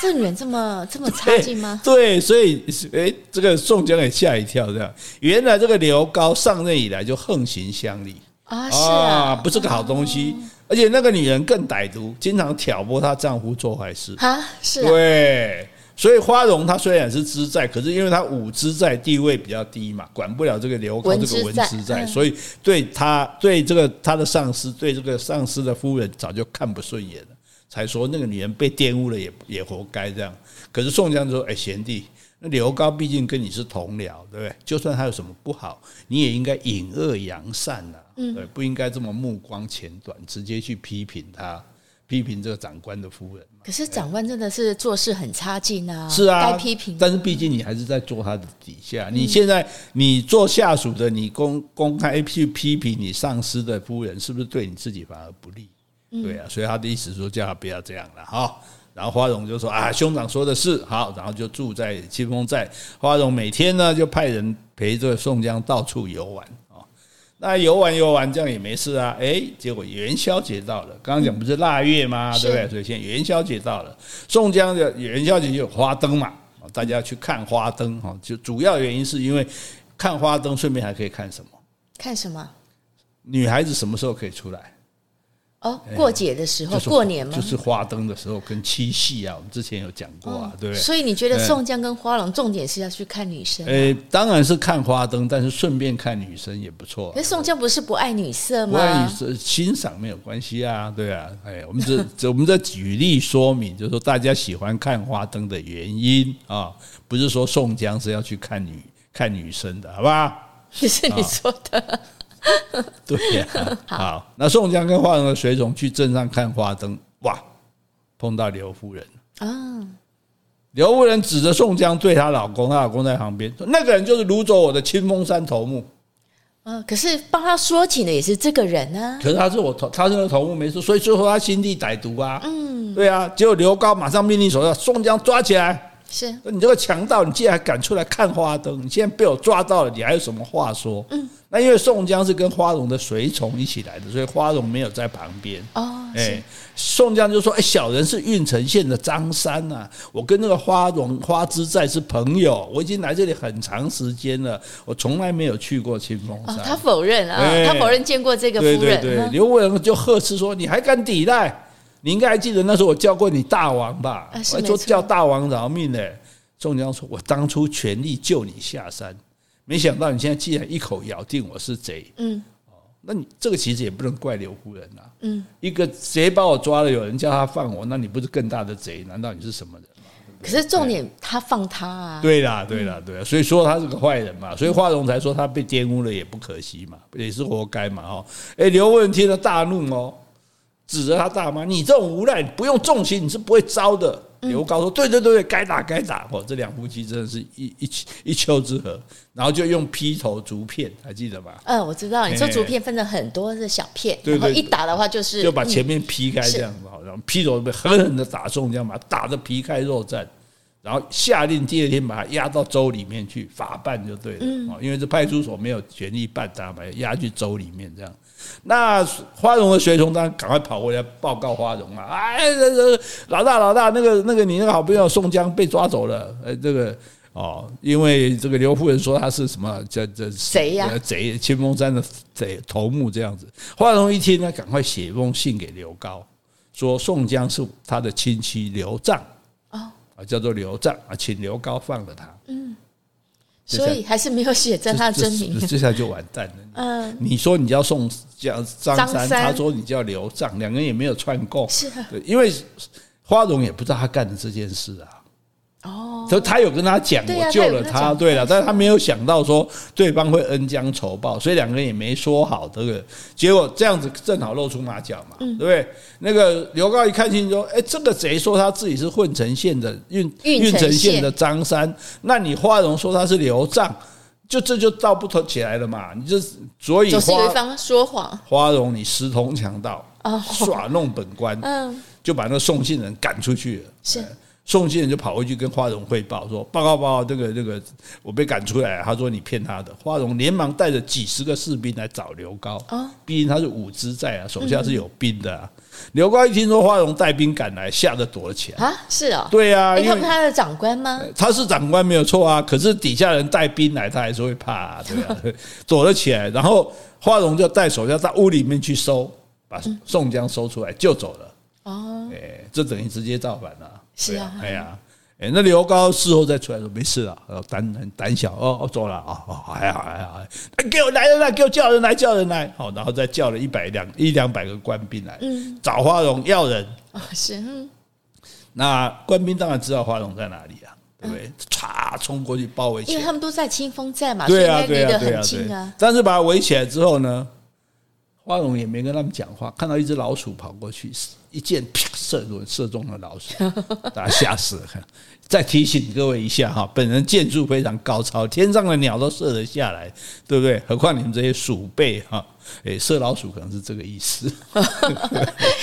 S2: 这女人这么这么差劲吗？
S1: 对，所以哎，这个宋江也吓一跳，这样。原来这个刘高上任以来就横行乡里，
S2: 啊，是啊，哦
S1: 不是个好东西。而且那个女人更歹毒，经常挑拨她丈夫做坏事。
S2: 啊，是啊，
S1: 对，所以花荣她虽然是知寨，可是因为她武知寨地位比较低嘛，管不了这个刘高
S2: 文
S1: 这
S2: 知
S1: 个文
S2: 寨
S1: 知寨，
S2: 嗯
S1: 所以对她对这个她的上司对这个上司的夫人早就看不顺眼了，才说那个女人被玷污了也也活该这样。可是宋江就说：“哎，贤弟。”那刘高毕竟跟你是同僚，对不对？就算他有什么不好，你也应该引恶扬善呐、
S2: 嗯
S1: 对，不应该这么目光浅短，直接去批评他，批评这个长官的夫人。
S2: 可是长官真的是做事很差劲啊，
S1: 是啊，
S2: 该批评。嗯
S1: 但是毕竟你还是在做他的底下。你现在你做下属的，你公公开去批评你上司的夫人，是不是对你自己反而不利？对啊，所以他的意思说叫他不要这样了哈。然后花荣就说啊，兄长说的是好，然后就住在清风寨。花荣每天呢就派人陪着宋江到处游玩啊。哦那游玩游玩，这样也没事啊。哎，结果元宵节到了，刚刚讲不是腊月吗？
S2: 是
S1: 对不对？所以现在元宵节到了，宋江的元宵节就有花灯嘛，哦大家去看花灯哈。哦就主要原因是因为看花灯，顺便还可以看什么？
S2: 看什么？
S1: 女孩子什么时候可以出来？
S2: 哦，过节的时
S1: 哎
S2: 候，
S1: 就是
S2: 过年吗？
S1: 就是花灯的时候跟七夕啊，我们之前有讲过啊，对不对？
S2: 所以你觉得
S1: 哎
S2: 宋江跟花郎重点是要去看女生？
S1: 呃，当然是看花灯，但是顺便看女生也不错啊、
S2: 可是宋江不是不爱女色
S1: 不然
S2: 吗
S1: 你？是欣赏没有关系啊，对啊，哎，我们这这我们这举例说明，就是说大家喜欢看花灯的原因啊，不是说宋江是要去看女看女生的，好吧？
S2: 也 是你说的，
S1: 对 呀、好，那宋江跟花荣的随从去镇上看花灯，哇，碰到刘夫人，
S2: 啊，
S1: 刘夫人指着宋江对她老公，她老公在旁边说：“那个人就是掳走我的清风山头目，
S2: 嗯，可是帮他说情的也是这个人啊，
S1: 可是他是我头，他是我头目没错，所以最后他心地歹毒啊。”嗯，对啊。结果刘高马上命令手下宋江抓起来，
S2: 是
S1: 你这个强盗，你竟然还敢出来看花灯，你现在被我抓到了，你还有什么话说？嗯，那因为宋江是跟花荣的随从一起来的，所以花荣没有在旁边。
S2: 哦，
S1: 哎、
S2: 是
S1: 宋江就说：“哎、小人是郓城县的张三呐、我跟那个花荣花之寨是朋友，我已经来这里很长时间了，我从来没有去过清风山。
S2: 哦，他否认啊，
S1: 哎
S2: 他否认见过这个
S1: 对
S2: 夫
S1: 对对，
S2: 人啊嗯
S1: 刘文就呵斥说：“你还敢抵赖？你应该还记得那时候我叫过你大王吧？
S2: 啊
S1: 我
S2: 是
S1: 还
S2: 没
S1: 说
S2: 错
S1: 叫大王饶命呢、宋江说：“我当初全力救你下山，没想到你现在既然一口咬定我是贼，哦
S2: 嗯，
S1: 那你这个其实也不能怪刘夫人啊。
S2: 嗯，
S1: 一个贼把我抓了，有人叫他放我，那你不是更大的贼？难道你是什么人？”
S2: 可是重点他放他啊，
S1: 对啦，对啦，对啦，所以说他是个坏人嘛，所以华容才说他被玷污了也不可惜嘛，也是活该嘛，哈。哎，刘文听了大怒哦，指着他大骂：“你这种无赖，你不用重刑，你是不会招的。”刘高说：“对对对对，该打该打。”哦，这两夫妻真的是一一一丘之貉，然后就用劈头竹片，还记得吗？
S2: 嗯，我知道你说
S1: 哎
S2: 竹片分了很多的小片，
S1: 对
S2: 然后
S1: 对
S2: 一打的话就是
S1: 就把
S2: 嗯
S1: 前面劈开
S2: 是
S1: 这样子，好，然后劈头被狠狠的打中，这样把他打得皮开肉绽。然后下令第二天把它押到州里面去法办就对了，
S2: 嗯
S1: 哦，因为这派出所没有权利办它嘛，把它押去州里面这样。那花荣的随从当然赶快跑回来报告花荣啊，哎，这这老大老大，那个那个你那个好朋友宋江被抓走了，呃，这个。哦，因为这个刘夫人说他是什么这这
S2: 贼呀
S1: 呃贼，清风山的贼头目这样子。花荣一听呢，赶快写一封信给刘高，说宋江是他的亲戚刘藏
S2: 哦，
S1: 啊，叫做刘藏啊，请刘高放了他。这下
S2: 所以还是没有写真他的真名
S1: 这。这下就完蛋了。
S2: 嗯，
S1: 你说你叫宋叫张
S2: 张
S1: 三，
S2: 三
S1: 他说你叫刘藏，两个人也没有串供，
S2: 是啊
S1: 对，因为花荣也不知道他干的这件事啊。
S2: 哦，
S1: 所以他有跟他讲，
S2: 对啊
S1: 我救了
S2: 他有跟他讲
S1: 对了，但是他没有想到说对方会恩将仇报，所以两个人也没说好这个，结果这样子正好露出马脚嘛，对
S2: 嗯
S1: 不对？那个刘高一看清说，哎，这个贼说他自己是混城县的运
S2: 运城县
S1: 城县的张三，那你花荣说他是刘藏，就这就道不同起来了嘛，你这所以
S2: 总是有
S1: 花
S2: 一方说谎
S1: 花荣你私通强盗，
S2: 哦。
S1: 耍弄本官，
S2: 嗯，
S1: 就把那个宋姓人赶出去了。
S2: 是
S1: 宋庆人就跑回去跟花荣汇报说：“报告报告，这个这个，我被赶出来。”他说：“你骗他的。”花荣连忙带着几十个士兵来找刘高，
S2: 哦
S1: 毕竟他是武之在啊，手下是有兵的、啊。刘高一听说花荣带兵赶来，吓得躲了起来。
S2: 啊，是哦。
S1: 对啊，
S2: 哎，
S1: 因
S2: 他
S1: 为
S2: 不是他的长官吗？
S1: 他是长官没有错啊，可是底下人带兵来，他还是会怕、啊，对吧、躲了起来，然后花荣就带手下到屋里面去搜，把宋江搜出来，救走了。
S2: 哦，
S1: 哎、这等于直接造反了、
S2: 是啊
S1: 对哎呀、哎、那刘高事后再出来说没事了，呃胆很胆小，哦哦，走了，哦哦，还好还好，还好哎给我来人来，给我叫人来，叫人来，好，然后再叫了一百两一两百个官兵来，
S2: 嗯
S1: 找花荣要人，
S2: 哦是，嗯
S1: 那官兵当然知道花荣在哪里啊，对不对？唰、冲过去包围起
S2: 因为
S1: 来，
S2: 他们都在清风寨嘛，所以
S1: 对
S2: 应
S1: 啊
S2: 该
S1: 对
S2: 离
S1: 啊
S2: 得
S1: 对
S2: 很
S1: 啊
S2: 近
S1: 对
S2: 啊。
S1: 但是把他围起来之后呢，花荣也没跟他们讲话，看到一只老鼠跑过去，一箭啪射中射中了老 鼠，大家吓死了。再提醒各位一下哈，本人剑术非常高超，天上的鸟都射得下来，对不对？何况你们这些鼠辈哈，诶，射老鼠可能是这个意思。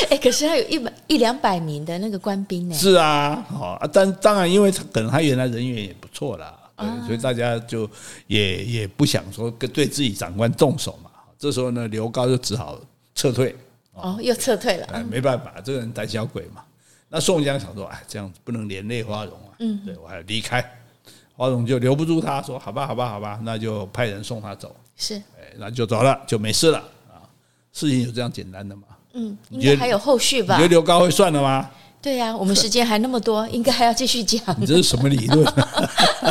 S2: 哎，可是他有一百一两百名的那个官兵呢。
S1: 是啊，好、啊，但当然，因为他可能他原来人缘也不错啦，对，所以大家就也也不想说跟对自己长官动手嘛。这时候呢，刘高就只好撤退，
S2: 哦，又撤退了。
S1: 哎，没办法，这个人胆小鬼嘛。那宋江想说，哎，这样子不能连累花荣啊，嗯，对我还离开。花荣就留不住他，说好吧，好吧，好吧，那就派人送他走，
S2: 是，
S1: 哎，那就走了，就没事了啊。事情有这样简单的吗？
S2: 嗯，应
S1: 你觉得
S2: 该还有后续
S1: 你
S2: 吧
S1: 觉得？刘高会算了吗？
S2: 对呀，我们时间还那么多，应该还要继续讲。
S1: 你这是什么理论？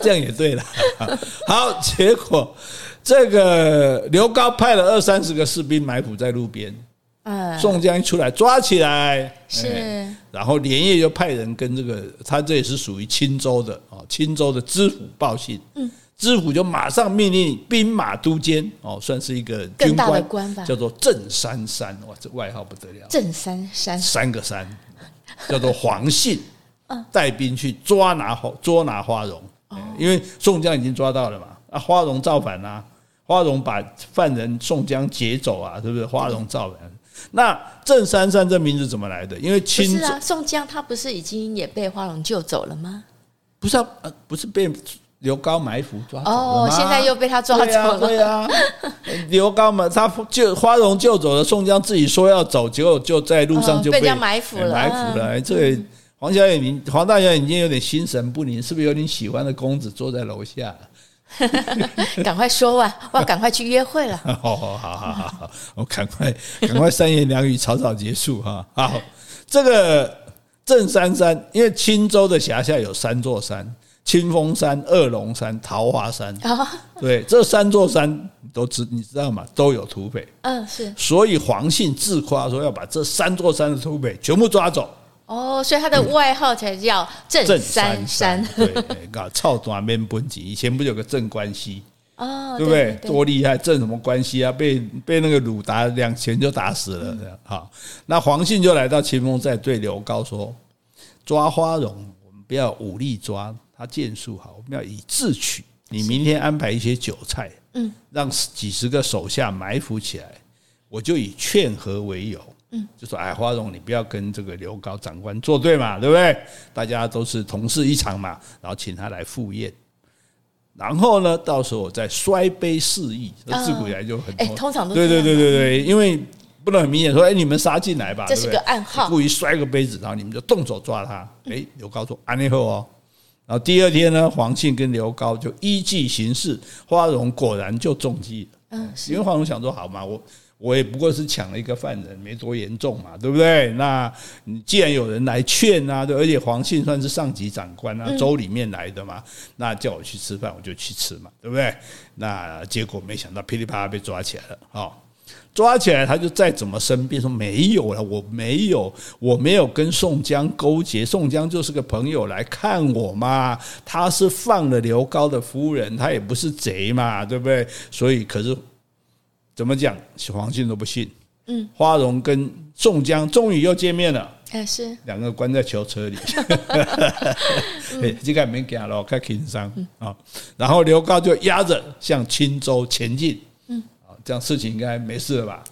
S1: 这样也对了。好，结果这个刘高派了二三十个士兵埋伏在路边，
S2: 嗯，
S1: 宋江一出来抓起来，
S2: 是
S1: 哎然后连夜就派人跟这个他这也是属于青州的哦，青州的知府报信，嗯，知府就马上命令兵马都监哦，算是一个
S2: 更
S1: 军
S2: 大
S1: 官
S2: 的官吧
S1: 叫做郑三山，哇，这外号不得了。
S2: 郑三山
S1: 三个山，叫做黄信，
S2: 嗯
S1: 带兵去抓拿花捉拿花荣，
S2: 哦
S1: 因为宋江已经抓到了嘛，啊，花荣造反啦、花荣把犯人宋江劫走啊，对不对？花荣造反。那郑三山这名字怎么来的？因为
S2: 不
S1: 青
S2: 是
S1: 州
S2: 啊，宋江他不是已经也被花荣救走了吗？
S1: 不是啊，呃不是被刘高埋伏抓走了
S2: 哦
S1: 吗，
S2: 现在又被他抓
S1: 对啊
S2: 走了。
S1: 对啊，刘高嘛，他救花荣救走了，宋江自己说要走，结果就在路上
S2: 嗯
S1: 就
S2: 被人家埋伏了
S1: 埋伏了。哎这个黄小野，你黄大小姐已经有点心神不宁，是不是有你喜欢的公子坐在楼下？
S2: 赶快说完，我要赶快去约会了。
S1: 哦，好好好好好，我赶快赶快三言两语草草结束哈。好，这个正三山，因为青州的辖下有三座山：清风山、二龙山、桃花山。
S2: 啊，
S1: 对，这三座山你都知你知道吗？都有土匪。
S2: 嗯，是
S1: 所以黄信自夸说要把这三座山的土匪全部抓走，
S2: 哦，所以他的外号才叫郑
S1: 镇
S2: 三
S1: 山
S2: 山。
S1: 对，哎搞操短面本级，以前不是有个镇关西，
S2: 哦，
S1: 对不对？多厉害，镇什么关西啊？被被那个鲁达两拳就打死了。这样好，那黄信就来到清风寨，对刘高说：“抓花荣，我们不要武力抓，他剑术好，我们要以智取。你明天安排一些酒菜，嗯，让几十个手下埋伏起来，我就以劝和为由，嗯，就说哎，花荣，你不要跟这个刘高长官作对嘛，对不对？大家都是同事一场嘛，然后请他来赴宴，然后呢，到时候我再摔杯示意。那自古以来就很
S2: 哎通常都
S1: 对对
S2: 这
S1: 对
S2: 样
S1: 对对，因为不能很明显说哎，你们杀进来吧，
S2: 这是
S1: 对不对
S2: 个暗号
S1: 故意摔个杯子，然后哎你们就动手抓他。哎，刘高说安利后哦。然后第二天呢，黄信跟刘高就依计行事，花荣果然就中计了。
S2: 嗯，
S1: 因
S2: 是
S1: 为黄龙想说，好嘛，我我也不过是抢了一个犯人，没多严重嘛，对不对？那你既然有人来劝啊，对，而且黄信算是上级长官啊，州里面来的嘛，那叫我去吃饭，我就去吃嘛，对不对？那结果没想到噼里啪啦被抓起来了，哦。抓起来，他就再怎么申辩说没有了，我没有，我没有跟宋江勾结，宋江就是个朋友来看我嘛，他是放了刘高的夫人，他也不是贼嘛，对不对？所以可是怎么讲，黄信都不信。
S2: 嗯，
S1: 花荣跟宋江终于又见面了，
S2: 哎是
S1: 两个关在囚车里，
S2: 嗯
S1: 嘿这个没行了，看轻伤
S2: 嗯
S1: 啊。然后刘高就压着向青州前进。嗯，啊，这样事情应该没事了吧？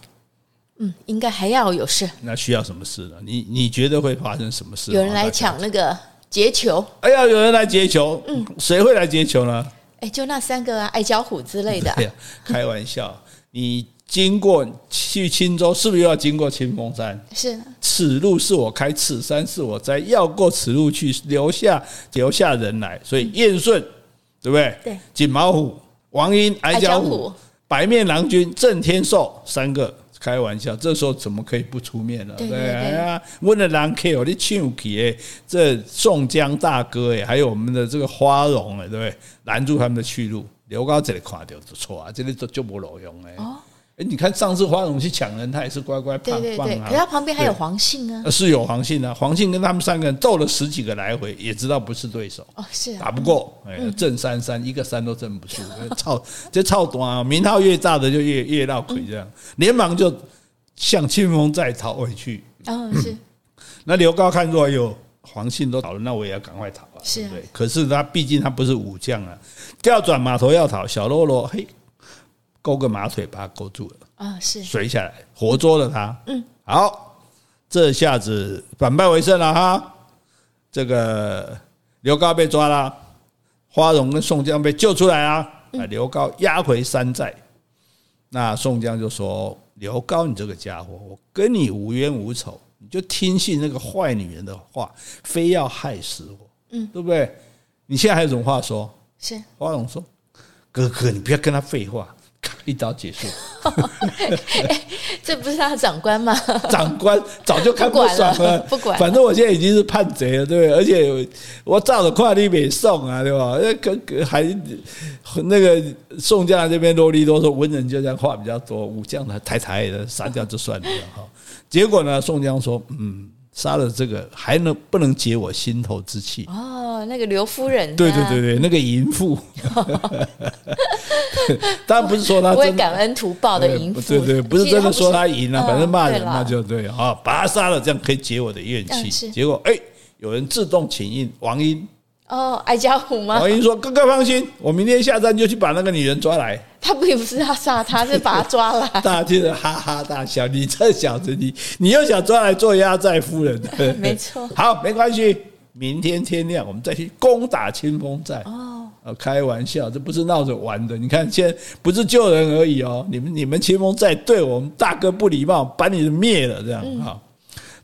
S2: 嗯，应该还要有事，
S1: 那需要什么事呢？你你觉得会发生什么事？
S2: 有人来
S1: 黄大
S2: 抢那嗯个劫球，
S1: 哎呀，有人来劫球，谁会来劫球呢？
S2: 哎，就那三个啊，矮脚虎之类的啊
S1: 哎，呀，开玩笑，你经过去青州，是不是又要经过清风山？
S2: 是
S1: 此路是我开，此山是我栽，要过此路去，留下留下人来。所以燕顺，对不对？
S2: 对。
S1: 锦毛虎、王英、矮脚虎、，白面郎君、郑天寿三个。开玩笑，这时候怎么可以不出面呢？
S2: 对对对
S1: 哎呀，问了狼 K 哦，你唱起哎，这宋江大哥哎，还有我们的这个花荣哎，对不对？拦住他们的去路，刘高这里垮掉就错啊，这里就就没路用哎。
S2: 哦
S1: 哎，你看上次花荣去抢人，他也是乖乖
S2: 对
S1: 胖
S2: 对
S1: 胖
S2: 对，
S1: 啊。
S2: 可是他旁边还有
S1: 对
S2: 黄信啊，
S1: 呃是有黄信啊，黄信跟他们三个人斗了十几个来回，也知道不是对手，
S2: 哦是啊，
S1: 打不过，哎，正三三一个三都镇不住， 操，这操短啊！名号越大的就越越闹鬼，这样连忙就向清风寨逃回去。
S2: 嗯是
S1: 那刘高看若有黄信都倒了，那我也要赶快逃啊，
S2: 是啊
S1: 对不对？可是他毕竟他不是武将啊，调转码头要逃，小喽啰嘿，勾个马腿把他勾住了。
S2: 啊是
S1: 水下来，活捉了他。嗯，好，这下子反败为胜了哈。这个刘高被抓了，花荣跟宋江被救出来啊，把刘高押回山寨。那宋江就说：“刘高，你这个家伙，我跟你无冤无仇，你就听信那个坏女人的话，非要害死我，嗯，对不对？你现在还有什么话说？”
S2: 是，
S1: 花荣说：“哥哥，你不要跟他废话，咔一刀结束。”
S2: 这不是他的长官吗？
S1: 长官早就看爽了，
S2: 不管了不 管了
S1: 反正我现在已经是叛贼了，对不对？而且我照着快递北送啊，对吧？那可可还那个宋江这边啰里啰嗦，文人就这样话比较多，武将呢抬抬的杀掉就算了哈。结果呢，宋江说：“嗯，杀了这个还能不能解我心头之气？”
S2: 哦，那个刘夫人、啊，
S1: 对对对对，那个淫妇， 当然不是说他
S2: 不会
S1: 真的
S2: 感恩图报的淫妇，
S1: 对对，不是真的说他赢了、
S2: 嗯
S1: 反正骂人
S2: 对啦
S1: 那就对啊，把他杀了，这样可以解我的怨
S2: 嗯
S1: 气。
S2: 是
S1: 结果哎、有人自动请缨，王英，
S2: 哦，矮脚虎吗？
S1: 王英说：“哥哥放心，我明天下山就去把那个女人抓来。
S2: 他并不是他杀他，是把他抓 来”。
S1: 大家听着哈哈大笑，你这小子，你你又想抓来做压寨夫人？
S2: 没错
S1: 好，没关系，明天天亮我们再去攻打清风寨。
S2: 哦，
S1: 呃，开玩笑，这不是闹着玩的。你看，现在不是救人而已哦，你们你们清风寨对我们大哥不礼貌，把你灭了这样
S2: 嗯
S1: 啊、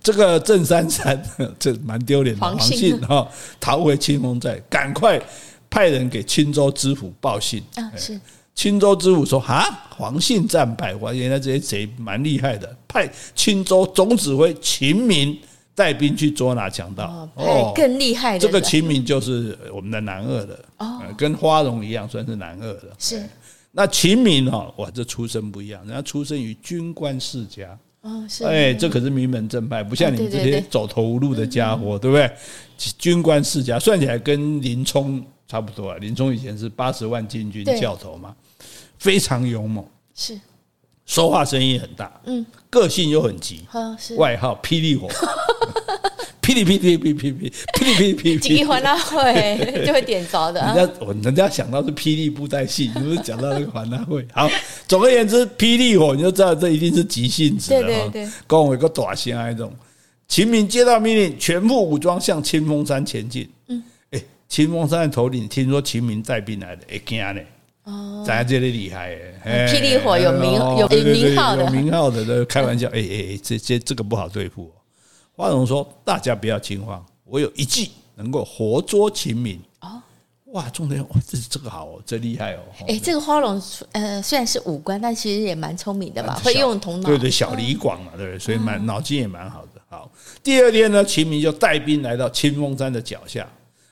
S1: 这个郑三三， 这蛮丢脸的，
S2: 黄
S1: 黄
S2: 信
S1: 信哈、逃回清风寨，赶快派人给青州知府报信。
S2: 啊
S1: 哎
S2: 是
S1: 青州知府说：“啊，黄信战败，哇，原来这些贼蛮厉害的，派青州总指挥秦明带兵去捉拿强盗。
S2: 哦，派更厉害的
S1: 这个
S2: 人
S1: 秦明就是我们的南二的，
S2: 哦
S1: 呃跟花荣一样，算是南二的。
S2: 是
S1: 那秦明哦，哇，这出身不一样，人家出身于军官世家，
S2: 哦是
S1: 哎，这可是名门正派，不像你们
S2: 嗯对
S1: 这
S2: 对
S1: 些
S2: 对嗯
S1: 走投无路的家伙，对不对？军官世家算起来跟林冲差不多啊，林冲以前是八十万禁军
S2: 对
S1: 教头嘛，非常勇猛，
S2: 是
S1: 说话声音很大，
S2: 嗯，
S1: 个性又很急，
S2: 哦是
S1: 外号霹雳火，噼里噼里噼里噼里噼里噼里噼里
S2: 几
S1: 噼
S2: 个
S1: 里。
S2: 环大会 就会点着的啊
S1: 人。家我人家想到是霹雳布袋戏，你不是讲到那个环大会？好，总而言之，霹雳火你就知道这一定是急性子的
S2: 对
S1: 哈
S2: 对对。
S1: 跟我一个短线那一种，秦明接到命令，全副武装向清风山前进。嗯，哎、清风山的头领听说秦明带兵来的，哎惊呢。
S2: 哦，
S1: 咱这里厉害耶、哎
S2: 霹雳火有名
S1: 哦
S2: 有
S1: 对对对
S2: 名号的
S1: 有名号的，都开玩笑，哎哎哎，这这这个不好对付、哦。花荣说：“大家不要惊慌，我有一计能够活捉秦明。”
S2: 哦
S1: 哦，哇，重点哇，这这个好哦，这厉害哦。
S2: 哎，这个花龙呃虽然是五官，但其实也蛮聪明的吧，
S1: 小
S2: 会用头脑
S1: 对。对，小李广嘛，对不对？所以蛮脑筋也蛮好的。好，第二天呢，秦明就带兵来到清风山的脚下，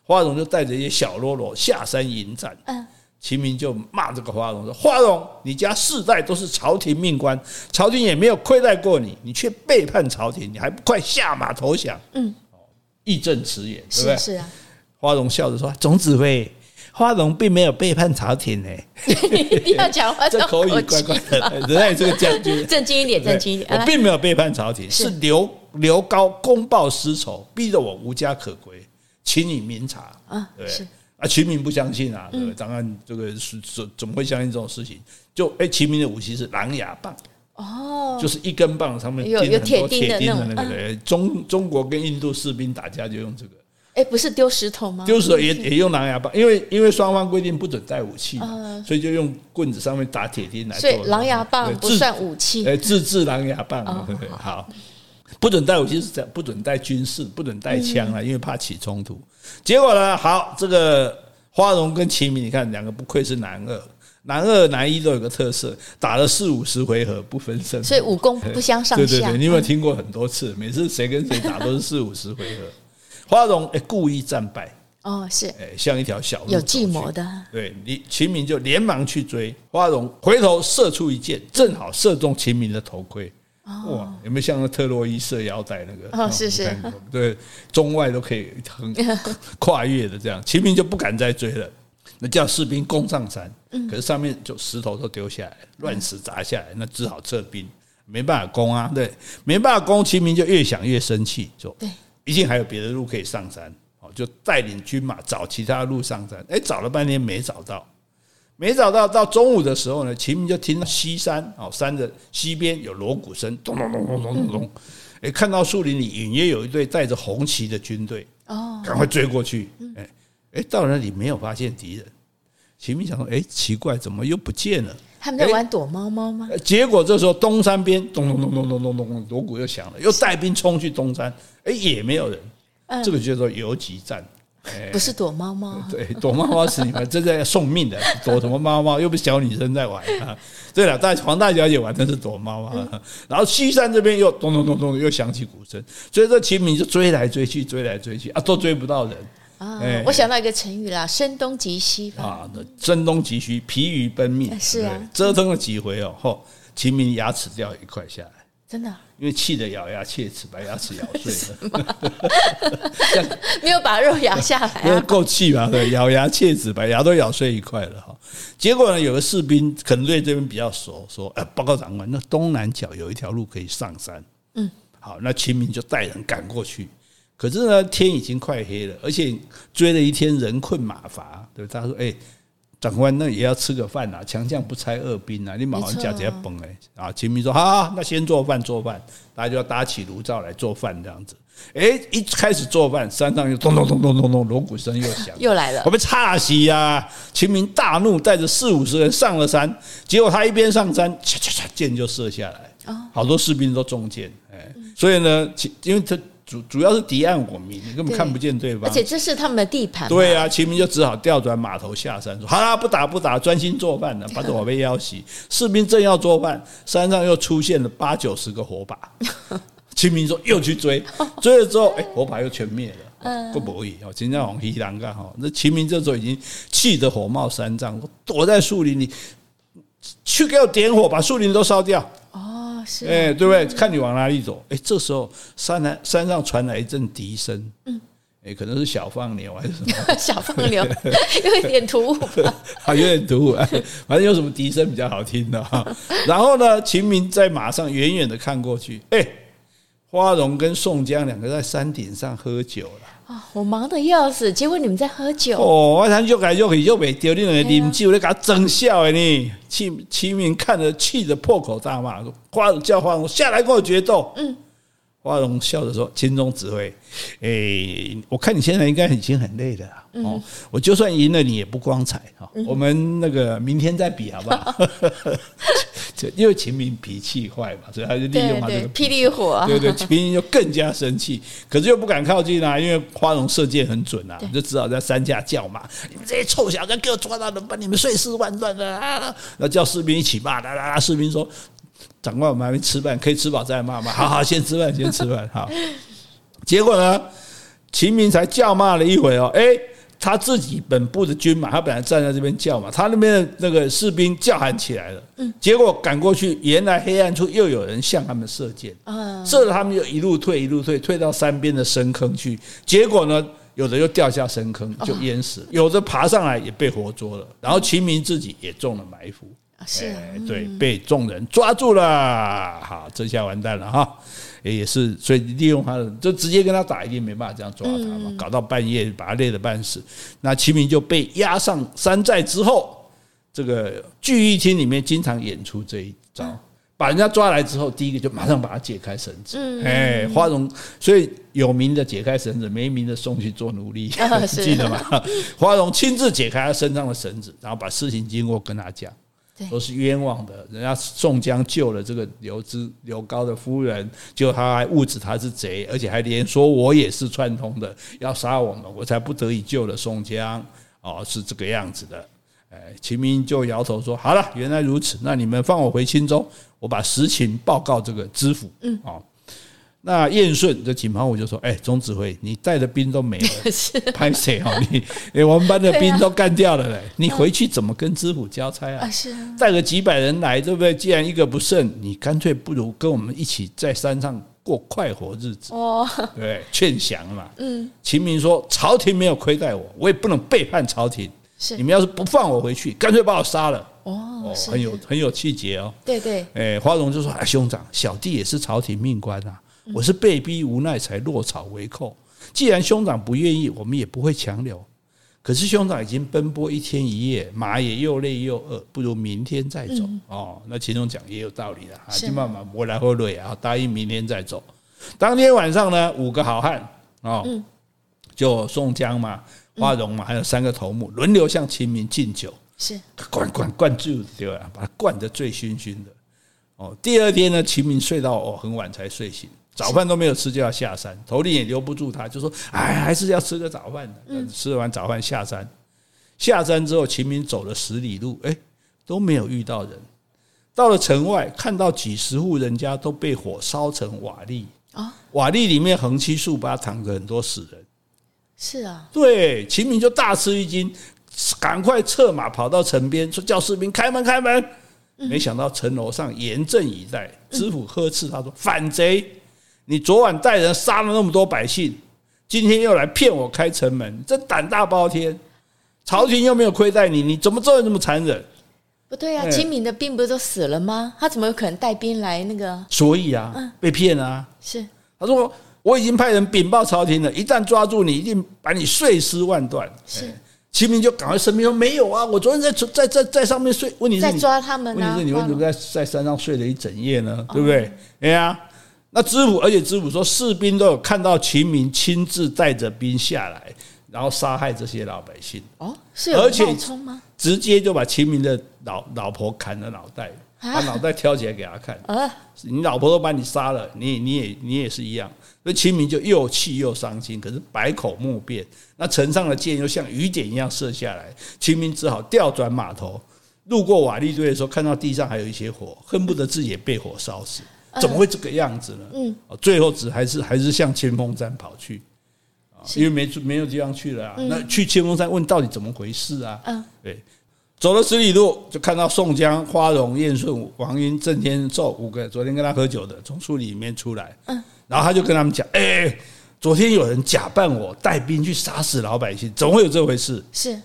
S1: 花荣就带着一些小喽啰下山迎战。
S2: 嗯，
S1: 秦明就骂这个花荣说：“花荣，你家世代都是朝廷命官，朝廷也没有亏待过你，你却背叛朝廷，你还不快下马投降？”
S2: 嗯
S1: 哦，义正辞严，对不
S2: 是
S1: 对？
S2: 是啊，
S1: 花荣笑着说：“总指挥，花荣并没有背叛朝廷呢。
S2: 一定要讲话
S1: 这
S2: 要
S1: 口语怪
S2: 气
S1: 怪的，人家也是个将 军。
S2: 正经一点，正经一点。
S1: 我
S2: 啊
S1: 并没有背叛朝廷，
S2: 是
S1: 是刘刘高公报私仇，逼得我无家可归，请你明察。
S2: 啊
S1: 对
S2: 是嗯
S1: 啊，秦明不相信啊，对不对？当然，这个是怎怎么会相信这种事情？就哎，秦明的武器是狼牙棒，
S2: 哦，
S1: 就是一根棒上面
S2: 有
S1: 钉了
S2: 有
S1: 很
S2: 铁
S1: 多
S2: 钉
S1: 铁
S2: 的
S1: 钉的
S2: 那种嗯
S1: 那个。对中中国跟印度士兵打架就用这个，
S2: 哎，不是丢石头吗？
S1: 丢石头也也用狼牙棒，因为因为双方规定不准带武器嘛
S2: 嗯，
S1: 所以就用棍子上面打铁钉来
S2: 所
S1: 做。
S2: 以狼牙棒
S1: 对
S2: 不
S1: 制
S2: 算武器。
S1: 呃，自制狼牙棒，
S2: 哦
S1: 对好，不准带武器是这样，不准带军事，不准带枪
S2: 嗯
S1: 啊，因为怕起冲突。结果呢，好，这个花荣跟秦明，你看两个不愧是男二，男二男一都有个特色，打了四五十回合不分胜负，
S2: 所以武功不相上
S1: 对对
S2: 下嗯
S1: 对，。你有没有听过很多次？每次谁跟谁打都是四五十回合。花荣哎、故意战败，
S2: 哦，是
S1: 哎、像一条小路
S2: 有
S1: 走
S2: 计
S1: 去
S2: 谋的。
S1: 对，李秦明就连忙去追花荣，回头射出一箭，正好射中秦明的头盔。哇，有没有像那特洛伊射腰带那个？
S2: 哦是是
S1: 你看过对，中外都可以很跨越的这样。秦明就不敢再追了，那叫士兵攻上山，
S2: 嗯
S1: 可是上面就石头都丢下来，乱石砸下来，那只好撤兵，没办法攻啊。对，没办法攻，秦明就越想越生气，说
S2: 对，
S1: 一定还有别的路可以上山，哦，就带领军马找其他路上山。哎，找了半天没找到，没找到。到中午的时候呢，秦明就听到西山哦，山的西边有锣鼓声，咚咚咚咚咚咚咚。哎，看到树林里隐约有一队带着红旗的军队，
S2: 哦，
S1: 赶快追过去。哎哎，到了那里没有发现敌人。秦明想说，哎，奇怪，怎么又不见了？
S2: 他们在玩躲猫猫吗？
S1: 呃结果这时候东山边咚咚咚咚咚咚咚咚，锣鼓又响了，又带兵冲去东山，哎，也没有人。
S2: 嗯
S1: 这个就叫做游击战。哎
S2: 不是躲猫猫，
S1: 对，躲猫猫是你们真的要送命的， 躲什么猫猫？又不是小女生在玩 啊！对了，大黄大小姐玩的是躲猫猫，
S2: 嗯
S1: 然后西山这边又咚咚咚咚又响起鼓声，所以这秦明就追来追去，追来追去啊，都追不到人
S2: 啊
S1: 哎，
S2: 我想到一个成语啦，声东击西吧。
S1: 啊，那声东击西，疲于奔命，
S2: 是啊
S1: 对不对折腾了几回哦，吼，秦明牙齿掉一块下来。
S2: 真的啊
S1: 因为气得咬牙切齿，把牙齿咬碎了，
S2: 没有把肉咬下 来
S1: 因为
S2: 啊。
S1: 够气吧？对，咬牙切齿，把牙都咬碎一块了哈。结果呢，有个士兵可能对这边比较熟，说：“呃，报告长官，那东南角有一条路可以上山。”
S2: 嗯，
S1: 好，那秦明就带人赶过去。可是呢，天已经快黑了，而且追了一天人困马乏，对吧？他说：“哎、长官，那也要吃个饭啊！强将不拆二兵啊！你马上假
S2: 没
S1: 直接
S2: 错，
S1: 崩哎啊！秦明说：“好、好那先做饭做饭，大家就要搭起炉灶来做饭这样子。”哎，一开始做饭，山上又咚咚咚咚咚咚，锣鼓声又响
S2: 又来了
S1: 我们岔席呀！秦明大怒，带着四五十人上了山，结果他一边上山，嚓嚓嚓，箭就射下
S2: 哦
S1: 来，好多士兵都中箭。哎，所以呢，其因为他主主要是敌暗我明，你根本
S2: 对
S1: 看不见对方，啊
S2: 而且这是他们的地盘嘛，
S1: 对啊，秦明就只好调转马头下山，说：“好啦，不打不打，专心做饭 了，把我被要袭。”士兵正要做饭，山上又出现了八九十个 火把。秦明说：“又去 追，追了之后，哎、火把又全灭了。”不不易哦，秦家往西南干哦哈？那秦明这时候已经气得火冒三丈，说躲在树林里，去给我点火，把树林都烧掉。
S2: 哦，是啊
S1: 哎、对不对？看你往哪里走。哎、这时候山南山上传来一阵笛声，嗯，哎、可能是小放牛还是什么。
S2: 小放 牛，有一点突兀吧？
S1: 好，有点突兀，哎反正有什么笛声比较好听的哈。然后呢，秦明在马上远远的看过去，哎、花荣跟宋江两个在山顶上喝酒了。
S2: 哦，我忙得要死，结果你们在喝酒，啊
S1: 哦，我想又来又去又没丢，你两个啉酒，你给他整笑的呢。齐齐明看着气得破口大骂，说：“花荣叫花荣下来跟我决斗。”嗯，花荣笑着说：“秦钟指挥，诶、我看你现在应该已经很累了啦。
S2: 嗯
S1: 哦，我就算赢了你也不光彩哈、我们那个明天再比好不 好？ 就因为秦明脾气坏嘛，所以他就利
S2: 对
S1: 用他这
S2: 对
S1: 个，
S2: 霹雳火，
S1: 啊对对，兵丁就更加生气，可是又不敢靠近啊，因为花荣射箭很准啊，就只好在山下叫骂：“你们这些臭小子，给我抓到人，把你们碎尸万段的啊！”那叫士兵一起骂，啦啦啦！士兵说：“长官，我们还没吃饭，可以吃饱再骂嘛。”好好，先吃饭，先吃饭。好， 结果呢，秦明才叫骂了一会哦，哎。他自己本部的军马，他本来站在这边叫嘛，他那边的那个士兵叫喊起来了，结果赶过去，原来黑暗处又有人向他们射箭，
S2: 嗯，
S1: 射了他们就一路退，一路退，退到山边的深坑去。结果呢，有的又掉下深坑就淹死了，有的爬上来也被活捉了。然后秦明自己也中了埋伏，
S2: 啊是啊
S1: 哎对，被众人抓住了。好，这下完蛋了哈。也也是，所以利用他的，就直接跟他打，一定没办法这样抓他嘛，搞到半夜把他累得半死。那秦明就被押上山寨之后，这个聚义厅里面经常演出这一招，
S2: 嗯
S1: 把人家抓来之后，第一个就马上把他解开绳子，
S2: 嗯
S1: 哎、花荣，所以有名的解开绳子，没名的送去做奴 隶，
S2: 啊是
S1: 记得吗？花荣亲自解开他身上的绳子，然后把事情经过跟他讲
S2: 对。
S1: 都是冤枉的，人家宋江救了这个刘知刘高的夫人，结果他还误指他是贼，而且还连说我也是串通的，要杀我们，我才不得已救了宋江。哦，是这个样子的。哎，秦明就摇头说：“好了，原来如此，那你们放我回青州，我把实情报告这个知府。”嗯，哦，那燕顺这秦盘武就说：“哎，钟指挥，你带的兵都没了，
S2: 是
S1: 拍谁哦？ 你你我们班的兵都干掉了嘞，你回去怎么跟知府交差啊？
S2: 啊是啊，
S1: 带个几百人来，对不对？既然一个不剩，你干脆不如跟我们一起在山上过快活日子，
S2: 哦，
S1: 对，劝降嘛。
S2: 嗯，
S1: 秦明说：朝廷没有亏待我，我也不能背叛朝廷。
S2: 是
S1: 你们要是不放我回去，干脆把我杀了。
S2: 哦
S1: 哦，
S2: 是，
S1: 很有很有气节哦。
S2: 对对
S1: 哎，花荣就说：“哎，兄长，小弟也是朝廷命官啊，我是被逼无奈才落草为寇。既然兄长不愿意，我们也不会强留。可是兄长已经奔波一天一夜，马也又累又饿，不如明天再走。哦，那秦总讲也有道理的啊，
S2: 嗯是
S1: 就慢慢磨来后累啊，答应明天再走。当天晚上呢，五个好汉哦，
S2: 嗯
S1: 就宋江嘛、花荣嘛，还有三个头目轮流向秦明敬酒。
S2: 是，
S1: 灌灌灌住对吧？把他灌得醉醺醺的。哦，第二天呢，秦明睡到哦很晚才睡醒，早饭都没有吃就要下山，头领也留不住他，就说：“哎，还是要吃个早饭的。”吃完早饭下山，下山之后，秦明走了十里路，哎，都没有遇到人。到了城外，看到几十户人家都被火烧成瓦砾，
S2: 哦
S1: 瓦砾里面横七竖八躺着很多死人。
S2: 是啊，
S1: 对，秦明就大吃一惊，赶快策马跑到城边，说叫士兵开门开门。没想到城楼上严阵以待，知府呵斥他说：“反贼！你昨晚带人杀了那么多百姓，今天又来骗我开城门，真胆大包天！朝廷又没有亏待你，你怎么做的这么残忍？”
S2: 不对啊，
S1: 哎
S2: 金敏的兵不是都死了吗？他怎么有可能带兵来那个？
S1: 所以啊，被骗啊！
S2: 是
S1: 他说：“我已经派人禀报朝廷了，一旦抓住你，一定把你碎尸万段。”
S2: 是，
S1: 秦明就赶快声明说：“没有啊，我昨天在在在在上面睡。”问题是
S2: 在
S1: 你，
S2: 抓他们哦
S1: 问
S2: 啊
S1: 题是你为
S2: 花
S1: 什么
S2: 荣
S1: 在在山上睡了一整夜呢？对不对？哎呀，那知府，而且知府说士兵都有看到秦明亲自带着兵下来，然后杀害这些老百姓，
S2: 哦，是有
S1: 而且
S2: 冒充吗？
S1: 直接就把秦明的老老婆砍了脑袋，
S2: 啊
S1: 把脑袋挑起来给他看。
S2: 啊，
S1: 你老婆都把你杀了，你你也你也是一样。所以秦明就又气又伤心，可是百口莫辩。那城上的箭又像雨点一样射下来，秦明只好调转马头。路过瓦砾堆的时候，看到地上还有一些火，恨不得自己也被火烧死，怎么会这个样子呢？
S2: 嗯
S1: 哦，最后只还是还是向千峰山跑去，啊
S2: 是
S1: 因为没住没有地方去了、啊。那去千峰山问到底怎么回事啊？
S2: 嗯，
S1: 对，走了十里路，就看到宋江、花荣、燕顺、王英、郑天寿五个昨天跟他喝酒的从树里面出来，嗯，然后他就跟他们讲，哎、昨天有人假扮我带兵去杀死老百姓，怎么会有这回事？
S2: 是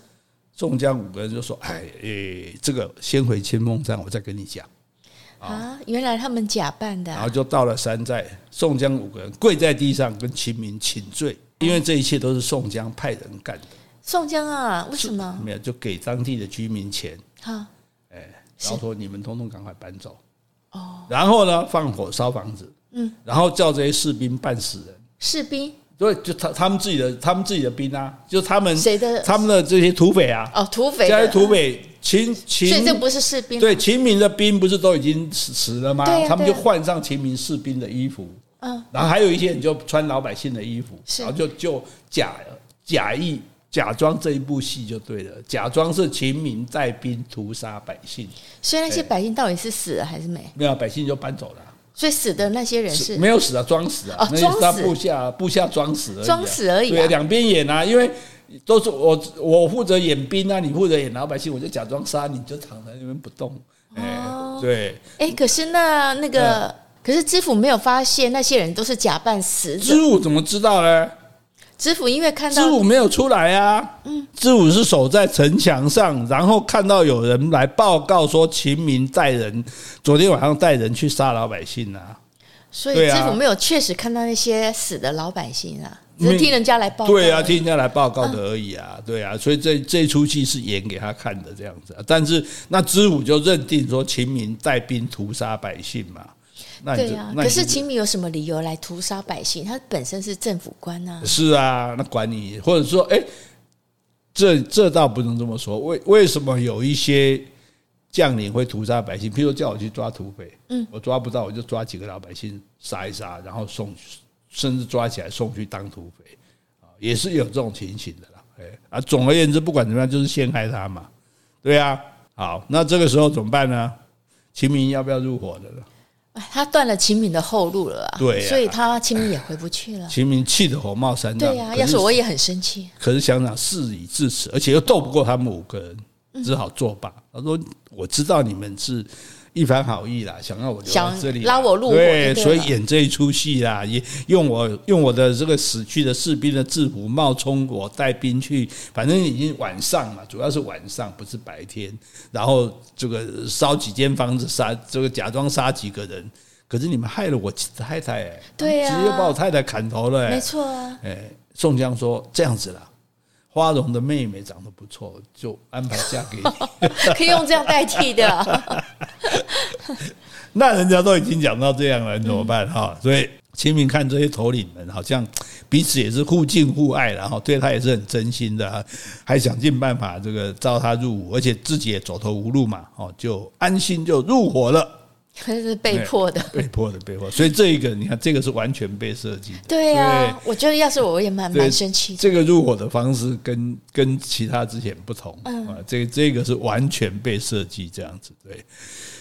S1: 宋江五个人就说：“哎，诶、这个先回千峰山，我再跟你讲。”
S2: 啊，原来他们假扮的
S1: 然
S2: 啊、
S1: 后就到了山寨，宋江五个人跪在地上跟秦明请罪，因为这一切都是宋江派人干的，
S2: 宋江啊，为什么？啊
S1: 没有就给当地的居民钱，
S2: 哈，
S1: 哎然后说你们通通赶快搬走。哦，然后呢，放火烧房子，嗯，然后叫这些士兵办死人，
S2: 士兵
S1: 所以就他他们自己的他们自己的兵啊，就他们
S2: 谁的
S1: 他们的这些土匪啊，
S2: 哦，土匪
S1: 这
S2: 的
S1: 些，土匪秦秦
S2: 所以这不是士兵，
S1: 对，秦明的兵不是都已经死死了吗？
S2: 对呀
S1: 他们
S2: 对
S1: 就
S2: 啊呀
S1: 换上秦明士兵的衣服，
S2: 嗯，
S1: 然后还有一些人就穿老百姓的衣服，
S2: 是
S1: 然后就就假假意假装这一部戏就对了，假装是秦明带兵屠杀百姓，
S2: 所以
S1: 哎
S2: 那些百姓到底是死了还是没？
S1: 没有啊百姓就搬走了。
S2: 所以死的那些人是
S1: 没有死啊，装死啊，
S2: 哦
S1: 那是他
S2: 装死
S1: 部下部下装死而已啊、
S2: 装死而已啊
S1: 对，两边演啊，因为都是我我负责演兵啊，你负责演老百姓，我就假装杀你，你就躺在那边不动。哎、对，
S2: 哎、可是那那个，
S1: 哎
S2: 可是知府没有发现那些人都是假扮死
S1: 知
S2: 者。
S1: 武怎么知道呢？
S2: 知府因为看
S1: 知
S2: 到
S1: 武没有出来啊，嗯，知武是守在城墙上，然后看到有人来报告说秦明带人，昨天晚上带人去杀老百姓啊。
S2: 所以
S1: 对啊
S2: 知府没有确实看到那些死的老百姓啊，只
S1: 没
S2: 是听人家来报告。嗯
S1: 对啊，听人家来报告的而已啊，对啊，所以这这一出戏是演给他看的这样子、啊，但是那知武就认定说秦明带兵屠杀百姓嘛，那你
S2: 对
S1: 就
S2: 啊。
S1: 那
S2: 可
S1: 你
S2: 是
S1: 就
S2: 秦明有什么理由来屠杀百姓？他本身是政府官呐、
S1: 是啊，那管你，或者说，哎、这这倒不能这么说。为为什么有一些将领会屠杀百姓？譬如叫我去抓土匪，嗯，我抓不到，我就抓几个老百姓杀一杀，然后送去，甚至抓起来送去当土匪啊，也是有这种情形的啦。哎、啊，总而言之，不管怎么样，就是陷害他嘛，对啊。好，那这个时候怎么办呢？秦明要不要入伙的呢？
S2: 哎他断了秦明的后路了啊。
S1: 对啊
S2: 所以他秦明也回不去了。
S1: 秦明气得火冒三丈。
S2: 啊对呀、
S1: 可
S2: 要是
S1: 是
S2: 我也很生气。
S1: 可是想想事已至此，而且又斗不过他们五个人，只好作罢。他说：“我知道你们是一番好意啦，想要我留在
S2: 想
S1: 这里啦，
S2: 拉我入伙
S1: 对，
S2: 就对
S1: 所以
S2: 了
S1: 演这一出戏啦，也用我用我的这个死去的士兵的制服冒充我带兵去，反正已经晚上嘛，主要是晚上不是白天，然后这个烧几间房子杀，这个假装杀几个人。”可是你们害了我太太、欸，
S2: 对啊
S1: 直接把我太太砍头了、欸，
S2: 没错啊，
S1: 哎，宋江说这样子啦，花荣的妹妹长得不错，就安排嫁给你。
S2: 可以用这样代替的啊。
S1: 那人家都已经讲到这样了，你怎么办哈、所以清明看这些头领们，好像彼此也是互敬互爱然后对他也是很真心的，还想尽办法这个招他入伍，而且自己也走投无路嘛，哦，就安心就入伙了。
S2: 可是被迫的。
S1: 被迫的，被迫。所以这一个，你看，这个是完全被设计的。
S2: 对呀、啊，我觉得要是我我也蛮
S1: 对
S2: 蛮生气的。
S1: 这个入伙的方式跟跟其他之前不同、
S2: 嗯
S1: 啊，这这个是完全被设计这样子对。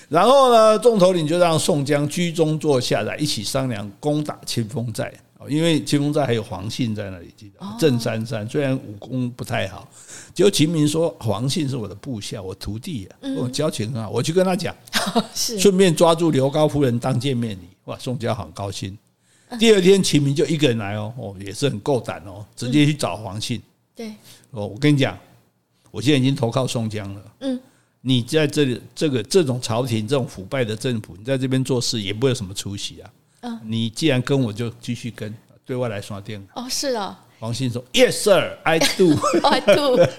S1: 然后呢，众头领就让宋江居中坐下来，一起商量攻打清风寨。哦因为清风寨还有黄信在那里，记得
S2: 哦
S1: 吗郑三山虽然武功不太好，结果秦明说黄信是我的部下，我徒弟啊，
S2: 嗯
S1: 跟我交情很好，我去跟他讲，
S2: 是
S1: 顺便抓住刘高夫人当见面礼。哇，宋江很高兴。第二天，秦明就一个人来哦，哦，也是很够胆哦，直接去找黄信。
S2: 对，
S1: 哦，我跟你讲，我现在已经投靠宋江了。
S2: 嗯，
S1: 你在这里这个这种朝廷这种腐败的政府，你在这边做事也不会有什么出息啊。
S2: 嗯，
S1: 你既然跟我就继续跟，对外来刷电脑。
S2: 哦，是哦，
S1: 黄信说：“Yes, sir, I do 。”
S2: 哦，对，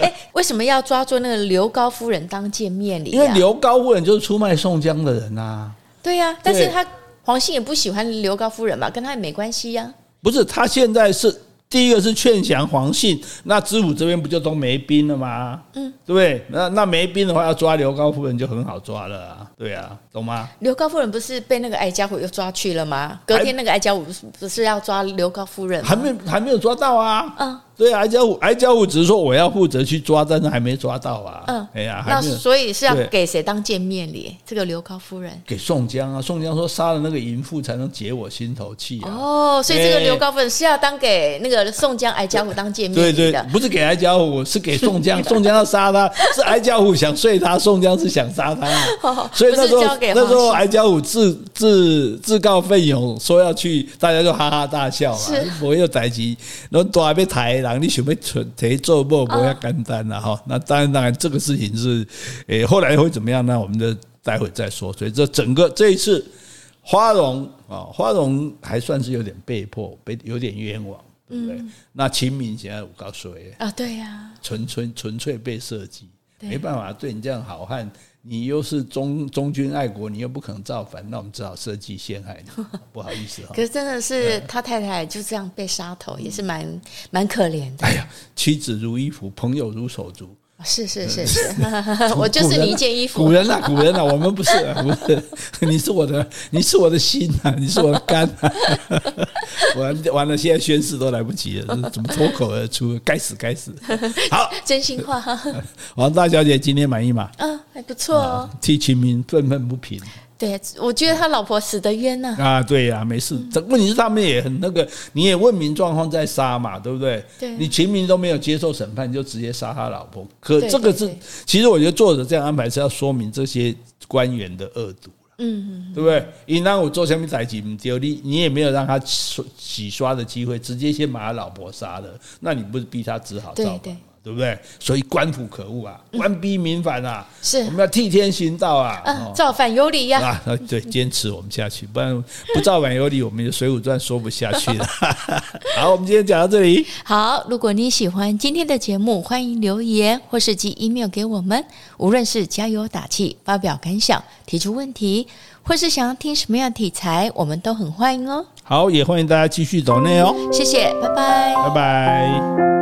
S2: 哎，为什么要抓住那个刘高夫人当见面 礼、啊？
S1: 因为刘高夫人就是出卖宋江的人啊。
S2: 对呀、但是
S1: 对
S2: 他黄信也不喜欢刘高夫人嘛，跟他也没关系呀、
S1: 不是，他现在是第一个是劝降黄信，那知府这边不就都没兵了吗？嗯，对不对？那那没兵的话，要抓刘高夫人就很好抓了啊，对啊，懂吗？
S2: 刘高夫人不是被那个艾家虎又抓去了吗？隔天那个艾家虎不是不是要抓刘高夫人吗？
S1: 还没还没有抓到啊。
S2: 嗯
S1: 对啊，艾家虎，艾家虎只是说我要负责去抓，但是还没抓到啊。
S2: 嗯，
S1: 哎呀，还
S2: 那
S1: 没有
S2: 所以是要
S1: 对
S2: 给谁当见面礼？这个刘高夫人。
S1: 给宋江啊。宋江说杀了那个淫妇才能解我心头气啊。
S2: 哦，所以这个
S1: 哎
S2: 刘高夫人是要当给那个宋江、艾家虎当见面
S1: 对
S2: 礼的。
S1: 对， 不是给艾家虎，是给宋江。宋江要杀他，是艾家虎想睡他，宋江是想杀他啊。
S2: 哦
S1: 所以那时
S2: 不
S1: 候
S2: 是交给
S1: 那时候
S2: 黄信
S1: 艾家虎自自自告奋勇说要去，大家就哈哈大笑嘛
S2: 是。
S1: 我有代志，然后大被抬人，你想要存提做某不要简单了哈。那当然当然，这个事情是，诶、后来会怎么样呢？我们的待会再说。所以这整个这一次花荣啊，花荣还算是有点被迫，被有点冤枉，对不对？
S2: 嗯
S1: 那秦明显然我告诉你，
S2: 啊，对呀、
S1: 纯粹纯粹被设计，
S2: 对
S1: 没办法，对你这样好汉，你又是忠忠君爱国，你又不肯造反，那我们只好设计陷害 你，不好意思哈
S2: 可。是真的
S1: 哎
S2: 是他太太就这样被杀头，也是蛮蛮可怜的。
S1: 哎呀，妻子如衣服，朋友如手足。
S2: 是是 是是， 我就是你一件衣
S1: 古
S2: 服。
S1: 人啊，古人啊，我们不是、啊、 不是，你是我的，你是我的心啊，你是我的肝啊。 完完了，现在宣誓都来不及了，这怎么脱口而出？该死，该死！好，
S2: 真心话，
S1: 王大小姐今天满意吗？
S2: 嗯，还不错哦。
S1: 替秦明愤愤不平
S2: 对，我觉得他老婆死的冤呐、
S1: 啊！对呀、没事。
S2: 嗯
S1: 这问题是他们也很那个，你也问明状况再杀嘛，对不对？
S2: 对
S1: 你秦明都没有接受审判，你就直接杀他老婆。可
S2: 对
S1: 这个是
S2: 对对，
S1: 其实我觉得作者这样安排是要说明这些官员的恶毒。
S2: 嗯，
S1: 对不对？因让我做下面代志唔丢你，你也没有让他洗洗刷的机会，直接先把他老婆杀了，那你不是逼他只好造反嘛
S2: 对对嗯
S1: 对不对？所以官府可恶啊，官逼民反啊，
S2: 是
S1: 我们要替天行道啊！
S2: 啊，
S1: 哦
S2: 造反有理 呀、
S1: 啊，对，坚持我们下去，不然不造反有理，我们的《水浒传》说不下去了。好，我们今天讲到这里。
S2: 好，如果你喜欢今天的节目，欢迎留言或是寄 email 给我们。无论是加油打气、发表感想、提出问题，或是想要听什么样的题材，我们都很欢迎哦。
S1: 好，也欢迎大家继续走内哦，
S2: 谢谢，拜拜。
S1: 拜拜。